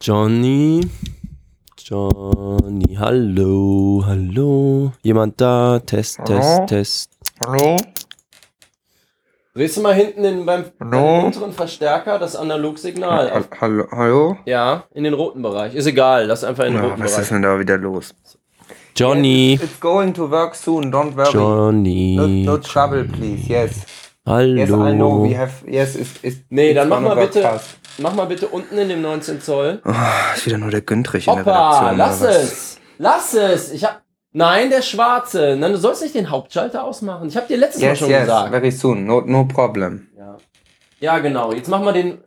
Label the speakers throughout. Speaker 1: Johnny. Johnny, hallo, hallo. Jemand da? Test, Test,
Speaker 2: Hallo?
Speaker 1: Test.
Speaker 2: Hallo?
Speaker 1: Drehst du mal hinten in, beim,
Speaker 2: Hallo?
Speaker 1: beim unteren Verstärker das Analogsignal?
Speaker 2: Ha-
Speaker 1: auf-
Speaker 2: Hallo? Hallo?
Speaker 1: Ja, in den roten Bereich. Ist egal, lass einfach in den
Speaker 2: Na,
Speaker 1: roten
Speaker 2: was
Speaker 1: Bereich.
Speaker 2: ist denn da wieder los?
Speaker 1: Johnny,
Speaker 2: It's going to work soon, don't worry. No,
Speaker 1: Johnny,
Speaker 2: no trouble, please, yes. Yes, I know,
Speaker 1: hallo.
Speaker 2: we have, yes, it's, it's
Speaker 1: Nee, dann
Speaker 2: it's
Speaker 1: mach
Speaker 2: gonna
Speaker 1: mal
Speaker 2: work
Speaker 1: bitte-
Speaker 2: fast.
Speaker 1: Mach mal bitte unten in dem 19 Zoll.
Speaker 2: Ah, Ist wieder nur der Güntrich in der
Speaker 1: Hoppa,
Speaker 2: Redaktion.
Speaker 1: lass
Speaker 2: oder was?
Speaker 1: es! Lass es! Ich hab. Nein, der schwarze. Nein, du sollst nicht den Hauptschalter ausmachen. Ich hab dir letztes Mal
Speaker 2: Yes,
Speaker 1: schon
Speaker 2: yes,
Speaker 1: gesagt.
Speaker 2: very soon, no, no problem.
Speaker 1: Ja. ja, genau. Jetzt mach mal den,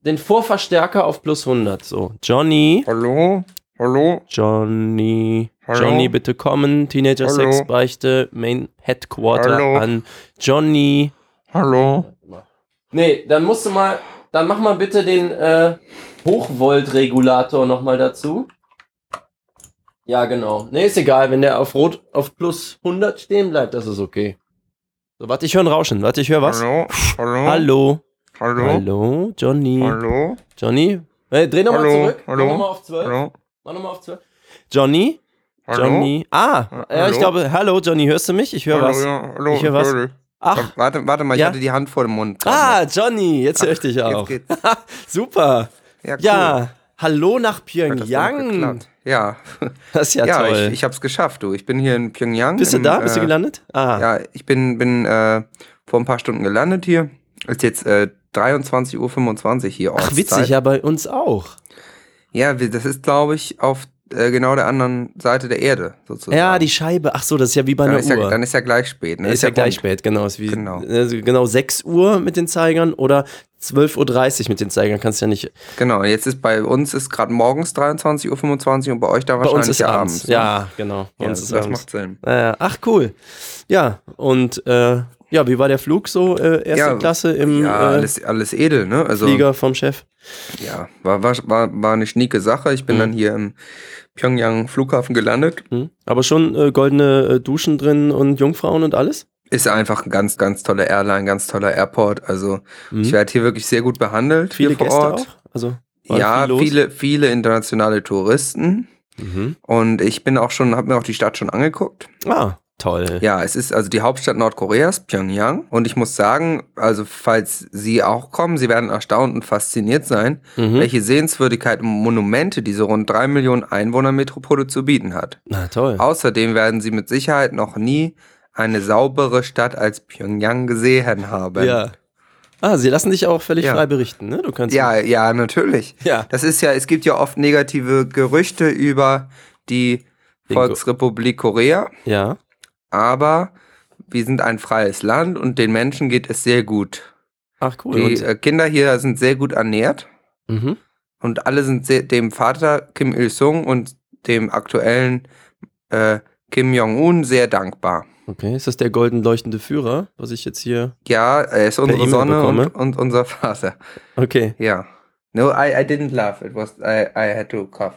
Speaker 1: den Vorverstärker auf plus 100. So. Johnny.
Speaker 2: Hallo? Hallo?
Speaker 1: Johnny.
Speaker 2: Hallo?
Speaker 1: Johnny, bitte kommen. Teenager
Speaker 2: Hallo?
Speaker 1: Sex Beichte, Main Headquarter
Speaker 2: Hallo?
Speaker 1: an Johnny.
Speaker 2: Hallo?
Speaker 1: Nee, dann musst du mal. Dann mach mal bitte den äh, Hochvolt-Regulator nochmal dazu. Ja, genau. Nee, ist egal. Wenn der auf Rot auf plus 100 stehen bleibt, das ist okay. So, warte, ich höre ein Rauschen. Warte, ich höre was.
Speaker 2: Hallo? Hallo?
Speaker 1: Hallo.
Speaker 2: Hallo?
Speaker 1: Hallo, Johnny.
Speaker 2: Hallo?
Speaker 1: Johnny. Hey, dreh nochmal
Speaker 2: Hallo?
Speaker 1: zurück. Mach
Speaker 2: Hallo?
Speaker 1: nochmal auf 12.
Speaker 2: Hallo?
Speaker 1: Mach nochmal auf 12. Johnny. Johnny. Ah, ja, ich
Speaker 2: Hallo?
Speaker 1: glaube, hallo Johnny, hörst du mich? Ich höre
Speaker 2: Hallo,
Speaker 1: was.
Speaker 2: ja, hallo,
Speaker 1: Ich hör was.
Speaker 2: sorry.
Speaker 1: Ach,
Speaker 2: Warte, warte mal, ich
Speaker 1: Ja?
Speaker 2: hatte die Hand vor dem Mund.
Speaker 1: ah, Johnny, jetzt höre ich dich auch.
Speaker 2: geht's.
Speaker 1: Super.
Speaker 2: Ja, cool.
Speaker 1: Ja, hallo nach
Speaker 2: Hat das doch
Speaker 1: Pyongyang.
Speaker 2: geklappt. Ja,
Speaker 1: Das ist ja,
Speaker 2: ja,
Speaker 1: toll.
Speaker 2: ich, ich hab's geschafft, du. Ich bin hier in Pyongyang.
Speaker 1: Bist du
Speaker 2: im,
Speaker 1: da? Bist du
Speaker 2: äh,
Speaker 1: gelandet? Ah,
Speaker 2: Ja, ich bin, bin äh, vor ein paar Stunden gelandet hier. Ist jetzt äh, 23.25 Uhr hier.
Speaker 1: Ach,
Speaker 2: Ortszeit.
Speaker 1: witzig, ja, bei uns auch.
Speaker 2: Ja, wir- das ist, glaube ich, auf äh, genau der anderen Seite der Erde sozusagen.
Speaker 1: Ja, die Scheibe. Ach so, das ist ja wie bei
Speaker 2: dann
Speaker 1: einer
Speaker 2: ist ja,
Speaker 1: Uhr.
Speaker 2: dann ist ja gleich spät. Ne?
Speaker 1: ist, ja gleich
Speaker 2: rund.
Speaker 1: spät, genau. Ist wie,
Speaker 2: Genau.
Speaker 1: Also genau 6 Uhr mit den Zeigern oder 12.30 Uhr mit den Zeigern. Kannst ja nicht.
Speaker 2: Genau, und jetzt ist bei uns ist gerade morgens 23.25 Uhr und bei euch da
Speaker 1: Bei uns
Speaker 2: wahrscheinlich
Speaker 1: ist
Speaker 2: ja
Speaker 1: abends.
Speaker 2: ne?
Speaker 1: Ja, genau. Bei
Speaker 2: Ja,
Speaker 1: uns
Speaker 2: das
Speaker 1: ist abends.
Speaker 2: macht Sinn.
Speaker 1: Äh, ach, cool. Ja, und äh, ja, wie war der Flug so? Äh, erste
Speaker 2: Ja,
Speaker 1: Klasse im
Speaker 2: Ja,
Speaker 1: äh,
Speaker 2: alles, alles edel, ne? Also,
Speaker 1: Flieger vom Chef.
Speaker 2: Ja, war, war, war, war eine schnieke Sache. Ich bin
Speaker 1: Mhm.
Speaker 2: dann hier im Pyongyang Flughafen gelandet.
Speaker 1: Hm? Aber schon äh, goldene äh, Duschen drin und Jungfrauen und alles?
Speaker 2: Ist einfach ein ganz, ganz toller Airline, ganz toller Airport. Also ich werde hier wirklich sehr gut behandelt.
Speaker 1: Mhm. Hm? Viele
Speaker 2: hier vor
Speaker 1: Gäste
Speaker 2: Ort.
Speaker 1: auch? Also, war
Speaker 2: Ja,
Speaker 1: viel los?
Speaker 2: viele, viele internationale Touristen.
Speaker 1: Mhm.
Speaker 2: Und ich bin auch schon, habe mir auch die Stadt schon angeguckt.
Speaker 1: Ah, toll.
Speaker 2: Ja, es ist also die Hauptstadt Nordkoreas, Pyongyang. Und ich muss sagen, also falls Sie auch kommen, Sie werden erstaunt und fasziniert sein,
Speaker 1: Mhm.
Speaker 2: welche Sehenswürdigkeiten und Monumente diese rund drei Millionen Einwohnermetropole zu bieten hat.
Speaker 1: Na toll.
Speaker 2: Außerdem werden sie mit Sicherheit noch nie eine saubere Stadt als Pyongyang gesehen haben.
Speaker 1: Ja. Ah, sie lassen dich auch völlig
Speaker 2: Ja.
Speaker 1: frei berichten, ne? Du kannst.
Speaker 2: ja, ja, natürlich.
Speaker 1: Ja.
Speaker 2: Das ist ja, es gibt ja oft negative Gerüchte über die
Speaker 1: Wegen Ko-
Speaker 2: Volksrepublik Korea,
Speaker 1: Ja.
Speaker 2: aber wir sind ein freies Land und den Menschen geht es sehr gut.
Speaker 1: Ach, cool.
Speaker 2: Die
Speaker 1: Und,
Speaker 2: äh, Kinder hier sind sehr gut ernährt
Speaker 1: mhm.
Speaker 2: und alle sind sehr, dem Vater Kim Il-sung und dem aktuellen äh, Kim Jong-un sehr dankbar.
Speaker 1: Okay, ist das der golden leuchtende Führer, was ich jetzt hier.
Speaker 2: Ja, er ist unsere
Speaker 1: E-Mail
Speaker 2: Sonne
Speaker 1: bekomme.
Speaker 2: und, und unser Vater.
Speaker 1: Okay.
Speaker 2: Ja. No, I, I didn't laugh. It was I, I had to cough.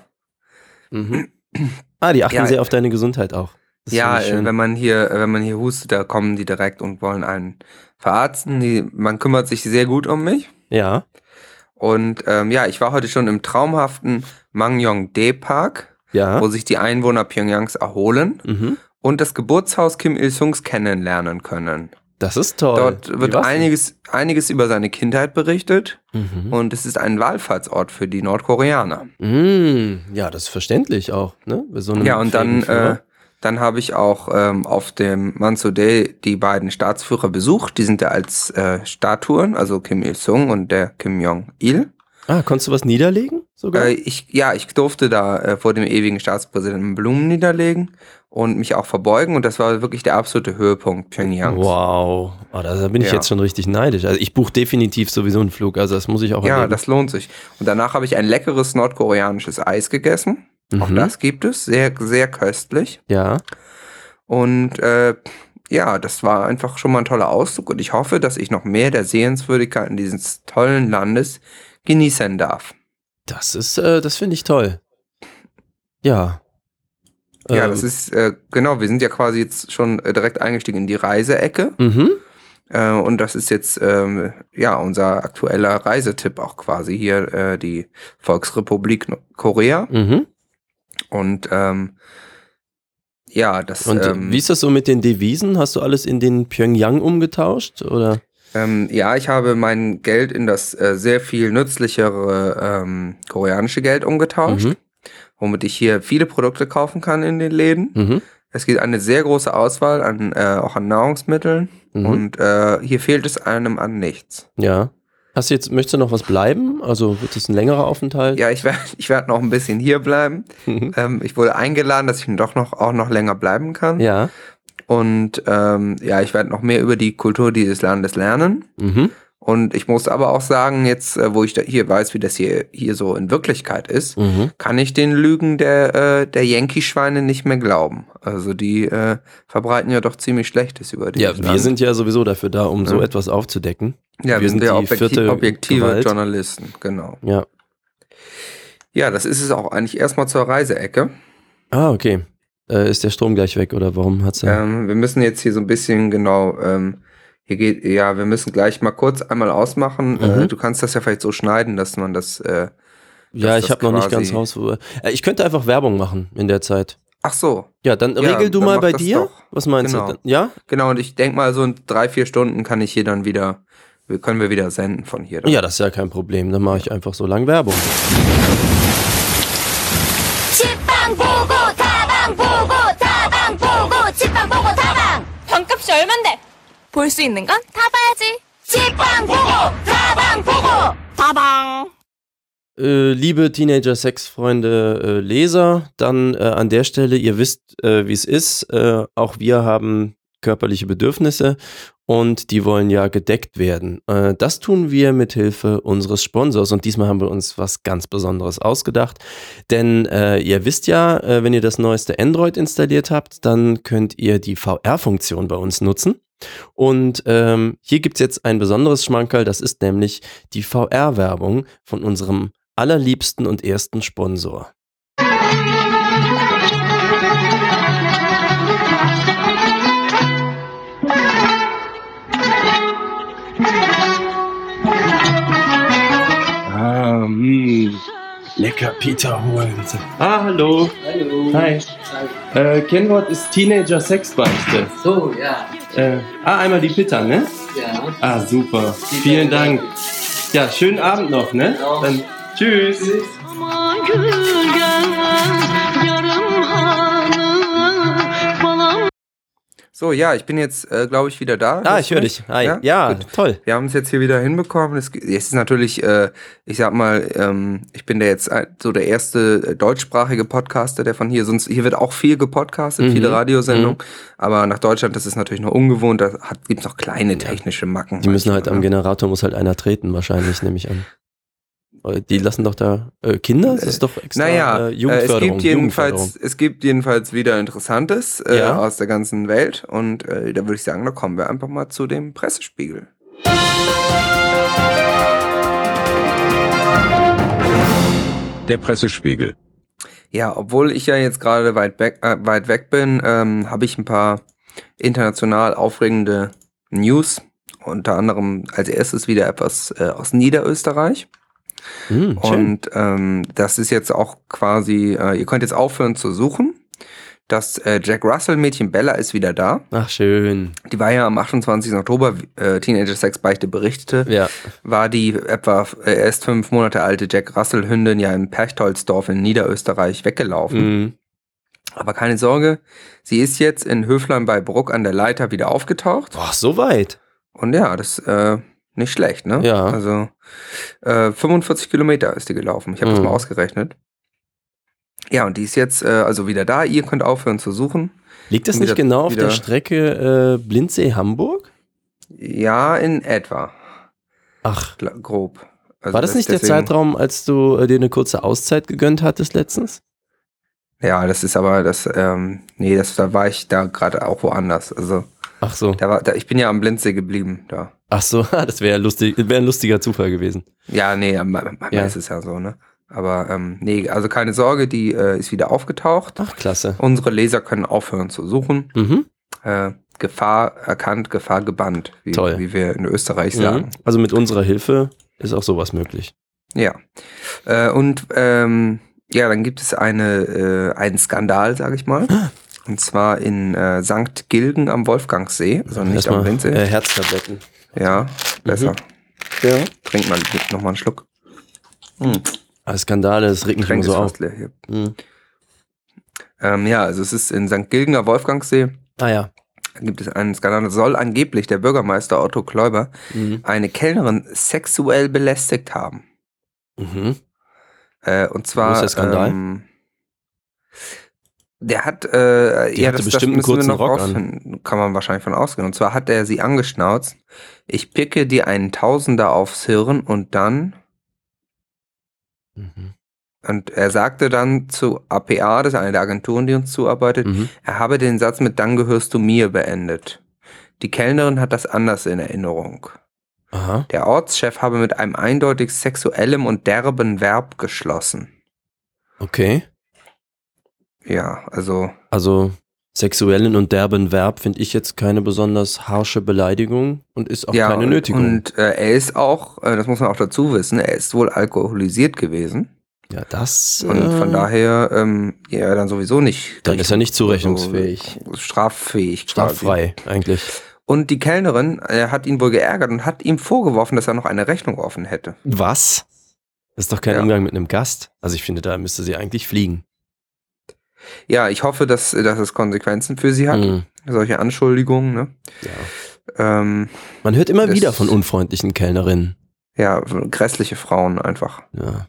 Speaker 1: Mhm. Ah, die achten
Speaker 2: Ja. äh,
Speaker 1: sehr auf deine Gesundheit auch. Das
Speaker 2: ja,
Speaker 1: finde ich
Speaker 2: äh,
Speaker 1: schön.
Speaker 2: wenn man hier, äh, wenn man hier hustet, da kommen die direkt und wollen einen verarzten. Die, man kümmert sich sehr gut um mich.
Speaker 1: ja.
Speaker 2: Und ähm, ja, ich war heute schon im traumhaften Mangyongdae Park, wo
Speaker 1: Ja.
Speaker 2: sich die Einwohner Pyongyangs erholen
Speaker 1: Mhm.
Speaker 2: und das Geburtshaus Kim Il-sungs kennenlernen können.
Speaker 1: Das ist toll.
Speaker 2: Dort
Speaker 1: Wie
Speaker 2: wird
Speaker 1: war's denn?
Speaker 2: einiges, einiges über seine Kindheit berichtet
Speaker 1: Mhm.
Speaker 2: und es ist ein Wallfahrtsort für die Nordkoreaner.
Speaker 1: Mm, ja, das ist verständlich auch, ne? Bei so einem
Speaker 2: Ja, und dann, äh,
Speaker 1: Pflegeführer.
Speaker 2: dann habe ich auch ähm, auf dem Mansu Day die beiden Staatsführer besucht. Die sind ja als äh, Statuen, also Kim Il-sung und der Kim Jong-il.
Speaker 1: ah, konntest du was niederlegen sogar?
Speaker 2: Äh, ich, ja, ich durfte da äh, vor dem ewigen Staatspräsidenten Blumen niederlegen und mich auch verbeugen. Und das war wirklich der absolute Höhepunkt Pyongyangs.
Speaker 1: Wow, oh, da da bin ich
Speaker 2: Ja.
Speaker 1: jetzt schon richtig neidisch. Also ich buche definitiv sowieso einen Flug, also das muss ich auch
Speaker 2: Ja,
Speaker 1: erleben.
Speaker 2: das lohnt sich. Und danach habe ich ein leckeres nordkoreanisches Eis gegessen. Auch
Speaker 1: Mhm.
Speaker 2: das gibt es. Sehr, sehr köstlich.
Speaker 1: Ja,
Speaker 2: Und äh, ja, das war einfach schon mal ein toller Ausflug und ich hoffe, dass ich noch mehr der Sehenswürdigkeiten dieses tollen Landes genießen darf.
Speaker 1: das ist, äh, das finde ich toll. Ja.
Speaker 2: Ja,
Speaker 1: Ähm,
Speaker 2: das ist, äh, genau, wir sind ja quasi jetzt schon äh, direkt eingestiegen in die Reiseecke.
Speaker 1: Mhm.
Speaker 2: Äh, und das ist jetzt ähm, ja unser aktueller Reisetipp auch quasi hier, äh, die Volksrepublik No- Korea.
Speaker 1: Mhm.
Speaker 2: Und ähm, ja, das
Speaker 1: Und
Speaker 2: ähm,
Speaker 1: wie ist das so mit den Devisen? Hast du alles in den Pyongyang umgetauscht? Oder?
Speaker 2: Ähm, ja, ich habe mein Geld in das äh, sehr viel nützlichere ähm, koreanische Geld umgetauscht,
Speaker 1: Mhm.
Speaker 2: womit ich hier viele Produkte kaufen kann in den Läden.
Speaker 1: Mhm.
Speaker 2: Es gibt eine sehr große Auswahl an äh, auch an Nahrungsmitteln
Speaker 1: Mhm.
Speaker 2: und äh, hier fehlt es einem an nichts.
Speaker 1: Ja. Hast du jetzt, möchtest du noch was bleiben? Also wird das ein längerer Aufenthalt?
Speaker 2: Ja, ich werde ich werd noch ein bisschen hier bleiben.
Speaker 1: Mhm.
Speaker 2: Ähm, ich wurde eingeladen, dass ich doch noch auch noch länger bleiben kann.
Speaker 1: ja.
Speaker 2: Und ähm, ja, ich werde noch mehr über die Kultur dieses Landes lernen.
Speaker 1: Mhm.
Speaker 2: Und ich muss aber auch sagen, jetzt, äh, wo ich da hier weiß, wie das hier, hier so in Wirklichkeit ist,
Speaker 1: Mhm.
Speaker 2: kann ich den Lügen der, äh, der Yankee-Schweine nicht mehr glauben. Also die äh, verbreiten ja doch ziemlich Schlechtes über die.
Speaker 1: Ja, wir sind ja sowieso dafür da, um so
Speaker 2: Ja.
Speaker 1: etwas aufzudecken.
Speaker 2: ja, wir
Speaker 1: wir
Speaker 2: sind
Speaker 1: sind
Speaker 2: ja
Speaker 1: die vierte
Speaker 2: objekti objektive
Speaker 1: Gewalt.
Speaker 2: Journalisten, genau.
Speaker 1: Ja.
Speaker 2: Ja, das ist es auch eigentlich erstmal zur Reiseecke.
Speaker 1: Ah, okay. Äh, ist der Strom gleich weg oder warum hat's er?
Speaker 2: Ähm, wir müssen jetzt hier so ein bisschen genau, ähm, hier geht, ja, wir müssen gleich mal kurz einmal ausmachen. Äh,
Speaker 1: Mhm.
Speaker 2: du kannst das ja vielleicht so schneiden, dass man das, äh,
Speaker 1: Ja,
Speaker 2: dass
Speaker 1: ich
Speaker 2: das
Speaker 1: habe noch nicht
Speaker 2: quasi-
Speaker 1: ganz raus. Wo, äh, ich könnte einfach Werbung machen in der Zeit.
Speaker 2: ach so,
Speaker 1: Ja, dann
Speaker 2: Ja,
Speaker 1: regel du
Speaker 2: dann
Speaker 1: mal
Speaker 2: mach
Speaker 1: bei
Speaker 2: das
Speaker 1: dir.
Speaker 2: doch.
Speaker 1: Was meinst
Speaker 2: Genau.
Speaker 1: du? Dann- Ja?
Speaker 2: Genau, und ich denke mal, so in drei, vier Stunden kann ich hier dann wieder, wir- können wir wieder senden von hier. Dann.
Speaker 1: Ja, das ist ja kein Problem. Dann mache ich einfach so lang Werbung.
Speaker 3: 집방 보고 다방 보고 다방 보고 집방 보고 다방
Speaker 4: 방값이 얼만데? 볼 수 있는 건?
Speaker 3: 다 봐야지 집방 보고 다방 보고
Speaker 4: 다방.
Speaker 1: Äh, liebe Teenager, Sexfreunde, äh, Leser, dann äh, an der Stelle, ihr wisst, äh, wie es ist. Äh, auch wir haben körperliche Bedürfnisse und die wollen ja gedeckt werden. Äh, das tun wir mit Hilfe unseres Sponsors und diesmal haben wir uns was ganz Besonderes ausgedacht, denn äh, ihr wisst ja, äh, wenn ihr das neueste Android installiert habt, dann könnt ihr die VR-Funktion bei uns nutzen. Und ähm, hier gibt es jetzt ein besonderes Schmankerl, das ist nämlich die VR-Werbung von unserem allerliebsten und ersten Sponsor.
Speaker 5: Ah, mh. Lecker Peter Hohens.
Speaker 1: Ah, hallo. Hallo. Hi. Äh, Kennwort ist Teenager Sexbeichte.
Speaker 6: So, ja.
Speaker 1: Äh, ah, einmal die Pitter, ne?
Speaker 6: Ja.
Speaker 1: Ah, super. Vielen Dank. Ja, schönen Abend noch, ne? Dann, tschüss.
Speaker 2: So, ja, ich bin jetzt, äh, glaube ich, wieder da.
Speaker 1: Ah,
Speaker 2: Hörst
Speaker 1: ich
Speaker 2: du
Speaker 1: höre
Speaker 2: mich?
Speaker 1: dich. Hi.
Speaker 2: Ja?
Speaker 1: Ja,
Speaker 2: Gut.
Speaker 1: toll.
Speaker 2: Wir haben es jetzt hier wieder hinbekommen. Es, ge- es ist natürlich, äh, ich sag mal, ähm, ich bin der jetzt ein- so der erste äh, deutschsprachige Podcaster, der von hier, sonst hier wird auch viel gepodcastet,
Speaker 1: Mhm.
Speaker 2: viele Radiosendungen. Aber nach Deutschland, das ist natürlich noch ungewohnt, da gibt es noch kleine technische Macken.
Speaker 1: Die müssen halt am
Speaker 2: manchmal, ne?
Speaker 1: Generator muss halt einer treten, wahrscheinlich, nehme ich an. Äh, Die lassen doch da äh, Kinder? Das ist doch extra
Speaker 2: Naja,
Speaker 1: äh,
Speaker 2: äh, es,
Speaker 1: Jugendförderung.
Speaker 2: gibt
Speaker 1: Jugendförderung.
Speaker 2: jedenfalls, es gibt jedenfalls wieder Interessantes äh,
Speaker 1: Ja.
Speaker 2: aus der ganzen Welt und äh, da würde ich sagen, da kommen wir einfach mal zu dem Pressespiegel.
Speaker 5: Der Pressespiegel.
Speaker 2: Ja, obwohl ich ja jetzt gerade weit, weg- äh, weit weg bin, ähm, habe ich ein paar international aufregende News. Unter anderem als erstes wieder etwas äh, aus Niederösterreich.
Speaker 1: Hm, schön.
Speaker 2: Und ähm, das ist jetzt auch quasi, äh, ihr könnt jetzt aufhören zu suchen. Das äh, Jack Russell-Mädchen Bella ist wieder da.
Speaker 1: Ach, schön.
Speaker 2: Die war ja am 28. Oktober, wie, äh, Teenager Sex Beichte berichtete,
Speaker 1: Ja.
Speaker 2: war die etwa äh, erst fünf Monate alte Jack Russell-Hündin ja in Perchtoldsdorf in Niederösterreich weggelaufen.
Speaker 1: Mhm.
Speaker 2: Aber keine Sorge, sie ist jetzt in Höflein bei Bruck an der Leiter wieder aufgetaucht.
Speaker 1: Boah, so weit.
Speaker 2: Und ja, das äh, nicht schlecht, ne?
Speaker 1: Ja.
Speaker 2: Also äh, 45 Kilometer ist die gelaufen. Ich habe das
Speaker 1: Mhm.
Speaker 2: mal ausgerechnet. Ja, und die ist jetzt äh, also wieder da. Ihr könnt aufhören zu suchen.
Speaker 1: Liegt das
Speaker 2: Wieder-
Speaker 1: nicht genau auf
Speaker 2: wieder-
Speaker 1: der Strecke äh, Blindsee-Hamburg?
Speaker 2: Ja, in etwa,
Speaker 1: Ach,
Speaker 2: gl- grob. Also
Speaker 1: war das nicht der
Speaker 2: deswegen-
Speaker 1: Zeitraum, als du äh, dir eine kurze Auszeit gegönnt hattest letztens?
Speaker 2: Ja, das ist aber das, ähm, nee, das, da war ich da gerade auch woanders. Also,
Speaker 1: Ach so.
Speaker 2: da war, da, ich bin ja am Blindsee geblieben da.
Speaker 1: Ach so, das wäre lustig, wäre ein lustiger Zufall gewesen.
Speaker 2: Ja, nee, am- am- manchmal
Speaker 1: Ja.
Speaker 2: ist es ja so, ne? Aber ähm, nee, also keine Sorge, die äh, ist wieder aufgetaucht.
Speaker 1: Ach, klasse.
Speaker 2: Unsere Leser können aufhören zu suchen.
Speaker 1: Mhm.
Speaker 2: Äh, Gefahr erkannt, Gefahr gebannt, wie,
Speaker 1: Toll.
Speaker 2: wie wir in Österreich
Speaker 1: Mhm.
Speaker 2: sagen.
Speaker 1: Also mit unserer Hilfe ist auch sowas möglich.
Speaker 2: Ja. Äh, und ähm, ja, dann gibt es eine, äh, einen Skandal, sage ich mal. Und zwar in äh, St. Gilgen am Wolfgangsee, also nicht am
Speaker 1: Erstmal
Speaker 2: Windsee.
Speaker 1: äh, Herztabletten.
Speaker 2: ja, besser.
Speaker 1: Mhm. Ja.
Speaker 2: Trinkt man nochmal einen Schluck. Hm.
Speaker 1: Ah, Skandale, das regt mich immer
Speaker 2: Getränk ist
Speaker 1: so auf.
Speaker 2: fast leer hier.
Speaker 1: Mhm.
Speaker 2: Ähm, ja, also es ist in St. Gilgener Wolfgangsee.
Speaker 1: Ah ja.
Speaker 2: Da gibt es einen Skandal. Da soll angeblich der Bürgermeister Otto Kläuber
Speaker 1: Mhm.
Speaker 2: eine Kellnerin sexuell belästigt haben.
Speaker 1: Mhm.
Speaker 2: Äh, und zwar.
Speaker 1: Wo ist der Skandal?
Speaker 2: Ähm, der hat, äh,
Speaker 1: Die
Speaker 2: ja,
Speaker 1: hatte
Speaker 2: das, das
Speaker 1: bestimmt einen
Speaker 2: müssen wir
Speaker 1: kurzen
Speaker 2: noch
Speaker 1: Rock an.
Speaker 2: rausfinden. Kann man wahrscheinlich von ausgehen. Und zwar hat er sie angeschnauzt. Ich picke dir einen Tausender aufs Hirn und dann.
Speaker 1: Mhm.
Speaker 2: Und er sagte dann zu APA, das ist eine der Agenturen, die uns zuarbeitet,
Speaker 1: Mhm.
Speaker 2: er habe den Satz mit Dann gehörst du mir beendet. Die Kellnerin hat das anders in Erinnerung.
Speaker 1: Aha.
Speaker 2: Der Ortschef habe mit einem eindeutig sexuellem und derben Verb geschlossen.
Speaker 1: Okay.
Speaker 2: Ja, also
Speaker 1: Also sexuellen und derben Verb finde ich jetzt keine besonders harsche Beleidigung und ist auch
Speaker 2: ja,
Speaker 1: keine
Speaker 2: und,
Speaker 1: Nötigung.
Speaker 2: Und äh, er ist auch, äh, das muss man auch dazu wissen, er ist wohl alkoholisiert gewesen.
Speaker 1: ja, das.
Speaker 2: Und
Speaker 1: äh,
Speaker 2: von daher, ähm, ja, dann sowieso nicht.
Speaker 1: Dann ist er nicht zurechnungsfähig.
Speaker 2: Also, straffähig. quasi.
Speaker 1: Straffrei, eigentlich.
Speaker 2: Und die Kellnerin äh, hat ihn wohl geärgert und hat ihm vorgeworfen, dass er noch eine Rechnung offen hätte.
Speaker 1: Was? Das ist doch kein
Speaker 2: Ja.
Speaker 1: Umgang mit einem Gast. Also ich finde, da müsste sie eigentlich fliegen.
Speaker 2: Ja, ich hoffe, dass, dass es Konsequenzen für sie hat.
Speaker 1: Mhm.
Speaker 2: Solche Anschuldigungen, ne?
Speaker 1: Ja.
Speaker 2: Ähm,
Speaker 1: Man hört immer
Speaker 2: Das-
Speaker 1: wieder von unfreundlichen Kellnerinnen.
Speaker 2: ja, grässliche Frauen einfach.
Speaker 1: Ja.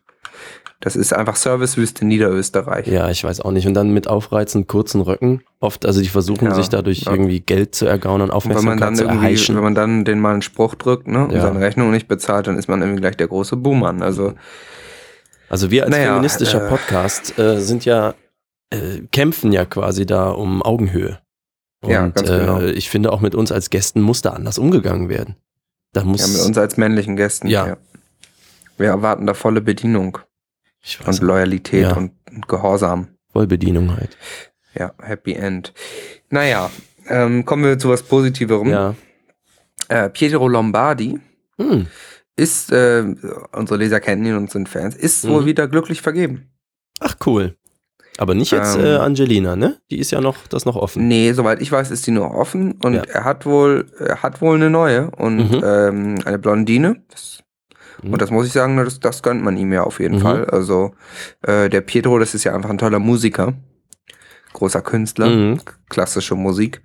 Speaker 2: Das ist einfach Servicewüste Niederösterreich.
Speaker 1: ja, ich weiß auch nicht. Und dann mit aufreizend kurzen Röcken. Oft, also die versuchen
Speaker 2: Ja,
Speaker 1: sich dadurch
Speaker 2: ja.
Speaker 1: irgendwie Geld zu ergauen und
Speaker 2: Und wenn man
Speaker 1: Aufmerksamkeit
Speaker 2: dann
Speaker 1: zu
Speaker 2: irgendwie, wenn
Speaker 1: erheischen.
Speaker 2: man dann den mal einen Spruch drückt, ne, und
Speaker 1: Ja.
Speaker 2: seine Rechnung nicht bezahlt, dann ist man irgendwie gleich der große Buhmann. Also
Speaker 1: Also wir als
Speaker 2: Naja,
Speaker 1: feministischer
Speaker 2: äh,
Speaker 1: Podcast äh, sind ja, äh, kämpfen ja quasi da um Augenhöhe. Und
Speaker 2: Ja, ganz genau.
Speaker 1: äh, ich finde auch mit uns als Gästen muss da anders umgegangen werden. Da muss
Speaker 2: ja, mit uns als männlichen Gästen.
Speaker 1: Ja.
Speaker 2: Wir erwarten da volle Bedienung
Speaker 1: ich
Speaker 2: und
Speaker 1: weiß,
Speaker 2: Loyalität
Speaker 1: Ja.
Speaker 2: und, und Gehorsam.
Speaker 1: Vollbedienung halt.
Speaker 2: Ja, Happy End. Naja, ähm, kommen wir zu was Positiverem.
Speaker 1: Ja.
Speaker 2: Äh, Pietro Lombardi
Speaker 1: Hm.
Speaker 2: ist, äh, unsere Leser kennen ihn und sind Fans, ist
Speaker 1: Mhm.
Speaker 2: wohl wieder glücklich vergeben.
Speaker 1: Ach cool. Aber nicht jetzt
Speaker 2: Ähm.
Speaker 1: äh, Angelina, ne? Die ist ja noch, das noch offen.
Speaker 2: Nee, soweit ich weiß, ist die nur offen und
Speaker 1: Ja.
Speaker 2: er hat wohl, er hat wohl eine neue und
Speaker 1: Mhm.
Speaker 2: ähm, eine Blondine. Das,
Speaker 1: Mhm.
Speaker 2: Und das muss ich sagen, das, das gönnt man ihm ja auf jeden
Speaker 1: Mhm.
Speaker 2: Fall. Also äh, der Pietro, das ist ja einfach ein toller Musiker, großer Künstler,
Speaker 1: Mhm.
Speaker 2: klassische Musik.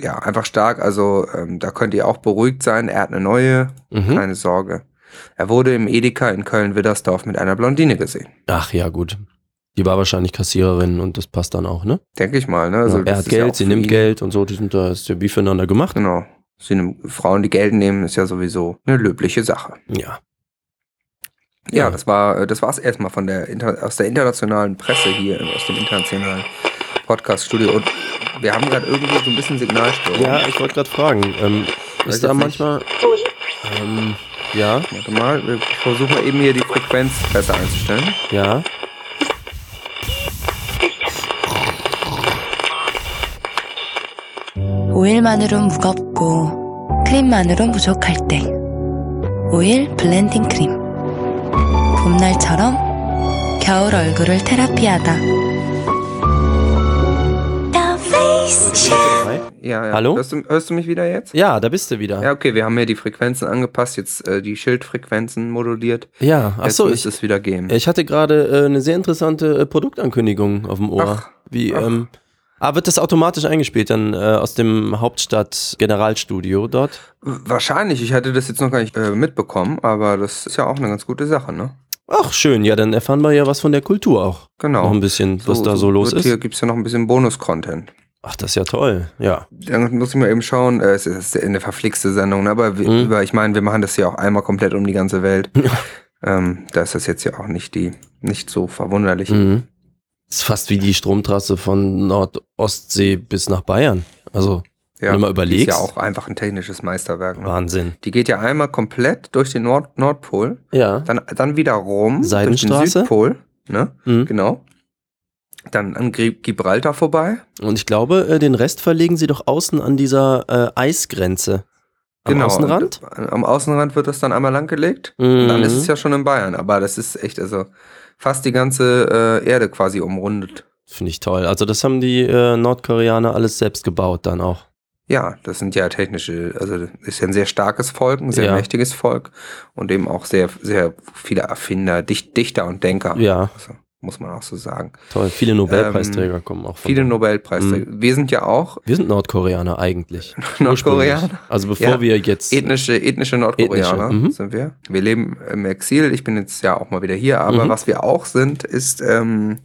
Speaker 2: Ja, einfach stark. Also ähm, da könnt ihr auch beruhigt sein. Er hat eine neue,
Speaker 1: Mhm.
Speaker 2: keine Sorge. Er wurde im Edeka in Köln-Widdersdorf mit einer Blondine gesehen.
Speaker 1: Ach ja, gut. Die war wahrscheinlich Kassiererin und das passt dann auch, ne?
Speaker 2: Denke ich mal. Ne? Also,
Speaker 1: ja, er
Speaker 2: das
Speaker 1: hat
Speaker 2: ist ja
Speaker 1: Geld,
Speaker 2: auch
Speaker 1: sie
Speaker 2: für
Speaker 1: nimmt
Speaker 2: ihn-
Speaker 1: Geld und so, die sind da ist ja wie füreinander gemacht.
Speaker 2: Genau. Sie nimmt, Frauen, die Geld nehmen, ist ja sowieso eine löbliche Sache.
Speaker 1: Ja.
Speaker 2: Ja,
Speaker 1: Ja.
Speaker 2: das war äh, das war's erstmal von der Inter aus der internationalen Presse hier äh, aus dem internationalen Podcast Studio und wir haben gerade irgendwie so ein bisschen Signalstörung.
Speaker 1: Ja, ich wollte gerade fragen, ähm,
Speaker 2: Weiß
Speaker 1: ist da
Speaker 2: jetzt
Speaker 1: manchmal. Ähm, ja,
Speaker 2: Warte mal, wir versuchen mal eben hier die Frequenz besser einzustellen.
Speaker 1: ja.
Speaker 7: 오일만으로 무겁고 크림만으로 부족할 때 오일 블렌딩 크림 봄날처럼 겨울 얼굴을 테라피하다
Speaker 3: The face
Speaker 2: Ja, ja.
Speaker 1: Hallo?
Speaker 2: Hörst du, hörst du mich wieder jetzt?
Speaker 1: Ja, da bist du wieder.
Speaker 2: Ja, okay, wir haben hier die Frequenzen angepasst, jetzt äh, die Schildfrequenzen moduliert.
Speaker 1: Ja, ach
Speaker 2: Jetzt
Speaker 1: so, ich,
Speaker 2: müsste es wieder gehen.
Speaker 1: ich hatte gerade äh, eine sehr interessante äh, Produktankündigung auf dem Ohr.
Speaker 2: Ach,
Speaker 1: Wie,
Speaker 2: ach.
Speaker 1: ähm. Ah, wird das automatisch eingespielt dann äh, aus dem Hauptstadt-Generalstudio dort?
Speaker 2: Wahrscheinlich, ich hatte das jetzt noch gar nicht äh, mitbekommen, aber das ist ja auch eine ganz gute Sache, ne?
Speaker 1: Ach, schön. Ja, dann erfahren wir ja was von der Kultur auch.
Speaker 2: Genau.
Speaker 1: Noch ein bisschen, was da so los
Speaker 2: wird Hier
Speaker 1: ist.
Speaker 2: gibt's ja noch ein bisschen Bonus-Content.
Speaker 1: Ach, das ist ja toll. Ja.
Speaker 2: Dann muss ich mal eben schauen, äh, es ist eine verflixte Sendung, ne, aber wir,
Speaker 1: Mhm.
Speaker 2: über, ich meine, wir machen das ja auch einmal komplett um die ganze Welt. ähm, da ist das jetzt ja auch nicht die, nicht so verwunderlich.
Speaker 1: Mhm. Ist fast wie die Stromtrasse von Nordostsee bis nach Bayern. Also,
Speaker 2: Ja,
Speaker 1: wenn du mal
Speaker 2: die ist
Speaker 1: überlegst.
Speaker 2: ja auch einfach ein technisches Meisterwerk. Ne?
Speaker 1: Wahnsinn.
Speaker 2: Die geht ja einmal komplett durch den Nord Nordpol,
Speaker 1: Ja.
Speaker 2: dann, dann wieder rum durch den
Speaker 1: Seidenstraße?
Speaker 2: Südpol, ne?
Speaker 1: Mhm.
Speaker 2: Genau. dann an Gri- Gibraltar vorbei.
Speaker 1: Und ich glaube, äh, den Rest verlegen sie doch außen an dieser äh, Eisgrenze. Am Außenrand? Mhm.
Speaker 2: und, äh, am Außenrand wird das dann einmal langgelegt. Und dann ist es ja schon in Bayern. Aber das ist echt, also fast die ganze äh, Erde quasi umrundet.
Speaker 1: Finde ich toll. Also das haben die äh, Nordkoreaner alles selbst gebaut dann auch.
Speaker 2: Ja, das sind ja technische, also ist ja ein sehr starkes Volk, ein sehr
Speaker 1: Ja.
Speaker 2: mächtiges Volk und eben auch sehr, sehr viele Erfinder, Dicht, Dichter und Denker.
Speaker 1: Ja,
Speaker 2: Also, muss man auch so sagen.
Speaker 1: toll. Viele Nobelpreisträger kommen auch von.
Speaker 2: Ähm,
Speaker 1: Mhm.
Speaker 2: Viele Nobelpreisträger. Wir sind ja auch
Speaker 1: wir sind Nordkoreaner eigentlich.
Speaker 2: Nordkoreaner.
Speaker 1: Ursprünglich. Also bevor
Speaker 2: Ja.
Speaker 1: wir jetzt.
Speaker 2: Ethnische, ethnische Nordkoreaner
Speaker 1: Ethnische, mhm.
Speaker 2: sind wir. Wir leben im Exil. Ich bin jetzt ja auch mal wieder hier. Aber
Speaker 1: Mhm.
Speaker 2: was wir auch sind, ist ähm,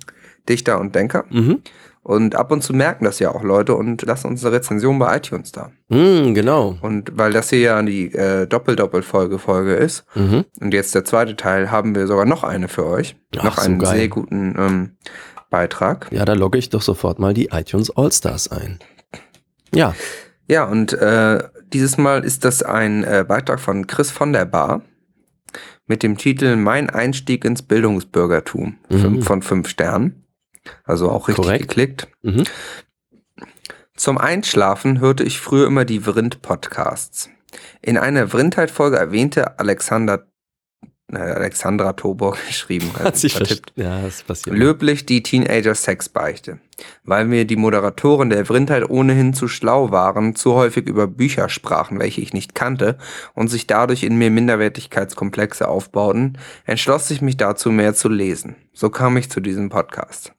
Speaker 2: Dichter und Denker.
Speaker 1: Mhm.
Speaker 2: Und ab und zu merken das ja auch Leute und lassen uns eine Rezension bei iTunes da.
Speaker 1: Mhm, genau.
Speaker 2: Und weil das hier ja die äh, Doppel-Doppel-Folge-Folge ist
Speaker 1: Mhm.
Speaker 2: und jetzt der zweite Teil, haben wir sogar noch eine für euch.
Speaker 1: Ach,
Speaker 2: noch
Speaker 1: so
Speaker 2: einen
Speaker 1: geil.
Speaker 2: sehr guten ähm, Beitrag.
Speaker 1: Ja, da logge ich doch sofort mal die iTunes Allstars ein. Ja,
Speaker 2: Ja, und äh, dieses Mal ist das ein äh, Beitrag von Chris von der Bar mit dem Titel Mein Einstieg ins Bildungsbürgertum
Speaker 1: Mhm.
Speaker 2: Fünf von fünf Sternen. Also auch richtig
Speaker 1: Korrekt.
Speaker 2: geklickt.
Speaker 1: Mhm.
Speaker 2: Zum Einschlafen hörte ich früher immer die Vrind-Podcasts. In einer Vrindheit-Folge erwähnte Alexander, äh, Alexandra Tobor geschrieben.
Speaker 1: hat sich
Speaker 2: vertippt.
Speaker 1: vertippt. Ja, das passiert.
Speaker 2: Löblich die Teenager-Sexbeichte. Weil mir die Moderatoren der Vrindheit ohnehin zu schlau waren, zu häufig über Bücher sprachen, welche ich nicht kannte, und sich dadurch in mir Minderwertigkeitskomplexe aufbauten, entschloss ich mich dazu, mehr zu lesen. So kam ich zu diesem Podcast.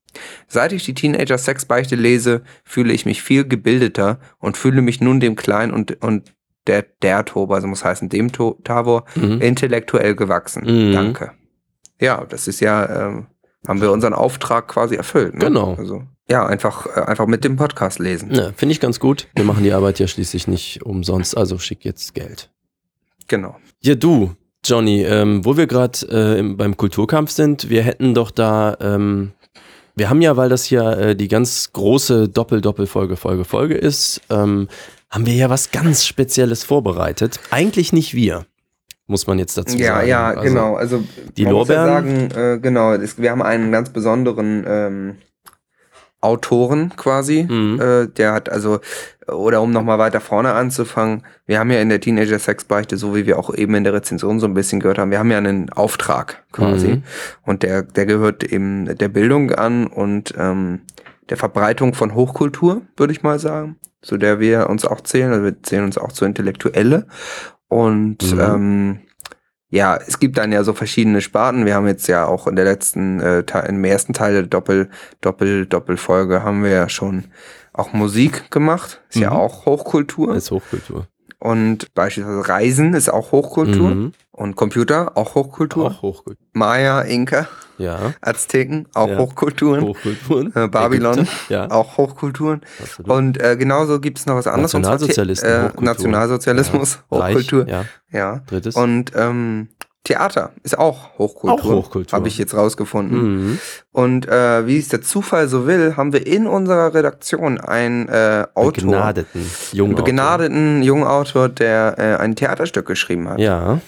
Speaker 2: Seit ich die Teenager-Sexbeichte lese, fühle ich mich viel gebildeter und fühle mich nun dem Kleinen und, und der, der Tobor, also muss heißen dem To- Tabor,
Speaker 1: Mhm.
Speaker 2: intellektuell gewachsen.
Speaker 1: Mhm.
Speaker 2: Danke. Ja, das ist ja, ähm, haben wir unseren Auftrag quasi erfüllt. Ne?
Speaker 1: Genau.
Speaker 2: Also, ja, einfach, äh, einfach mit dem Podcast lesen.
Speaker 1: Ja, Finde ich ganz gut. Wir machen die Arbeit ja schließlich nicht umsonst, also schick jetzt Geld.
Speaker 2: Genau.
Speaker 1: Ja, du, Johnny, ähm, wo wir gerade äh, im- beim Kulturkampf sind, wir hätten doch da, ähm, wir haben ja, weil das hier äh, die ganz große Doppel-Doppel-Folge, Folge, Folge ist, ähm, haben wir ja was ganz Spezielles vorbereitet. Eigentlich nicht wir, muss man jetzt dazu
Speaker 2: Ja,
Speaker 1: sagen.
Speaker 2: ja,
Speaker 1: Also,
Speaker 2: genau. Also
Speaker 1: die
Speaker 2: man muss ja
Speaker 1: Lorbeeren-
Speaker 2: sagen, äh, genau, es, wir haben einen ganz besonderen ähm, Autoren quasi.
Speaker 1: Mhm.
Speaker 2: Äh, der hat also, oder um nochmal weiter vorne anzufangen, wir haben ja in der Teenager-Sex-Beichte, so wie wir auch eben in der Rezension so ein bisschen gehört haben, wir haben ja einen Auftrag quasi.
Speaker 1: Mhm.
Speaker 2: Und der, der gehört eben der Bildung an und ähm, der Verbreitung von Hochkultur, würde ich mal sagen, zu der wir uns auch zählen. Also wir zählen uns auch zu Intellektuelle. Und
Speaker 1: Mhm.
Speaker 2: ähm, ja, es gibt dann ja so verschiedene Sparten. Wir haben jetzt ja auch in der letzten, äh, Te- im ersten Teil der Doppel, Doppel, Doppelfolge haben wir ja schon auch Musik gemacht. Ist ja
Speaker 1: Mhm.
Speaker 2: auch Hochkultur.
Speaker 1: Ist Hochkultur.
Speaker 2: und beispielsweise Reisen ist auch Hochkultur.
Speaker 1: Mhm.
Speaker 2: Und Computer auch Hochkultur.
Speaker 1: Auch Hochkultur.
Speaker 2: Maya, Inka,
Speaker 1: Ja,
Speaker 2: Azteken auch
Speaker 1: Ja.
Speaker 2: Hochkulturen.
Speaker 1: Hochkulturen.
Speaker 2: Äh, Babylon.
Speaker 1: Ägypter. Ja,
Speaker 2: Auch Hochkulturen.
Speaker 1: absolut.
Speaker 2: Und äh, genauso gibt es noch was anderes. und zwar The-
Speaker 1: Nationalsozialisten,
Speaker 2: Äh,
Speaker 1: Hochkultur.
Speaker 2: Nationalsozialismus,
Speaker 1: ja. Reich,
Speaker 2: Hochkultur.
Speaker 1: Ja,
Speaker 2: ja.
Speaker 1: drittes.
Speaker 2: Und ähm, Theater ist auch Hochkultur.
Speaker 1: Auch Hochkultur.
Speaker 2: Habe ich jetzt rausgefunden.
Speaker 1: mhm.
Speaker 2: Und äh, wie es der Zufall so will, haben wir in unserer Redaktion einen äh, Autor,
Speaker 1: Begnadeten.
Speaker 2: einen
Speaker 1: Jungen
Speaker 2: begnadeten jungen Autor, der äh, ein Theaterstück geschrieben hat.
Speaker 1: Ja.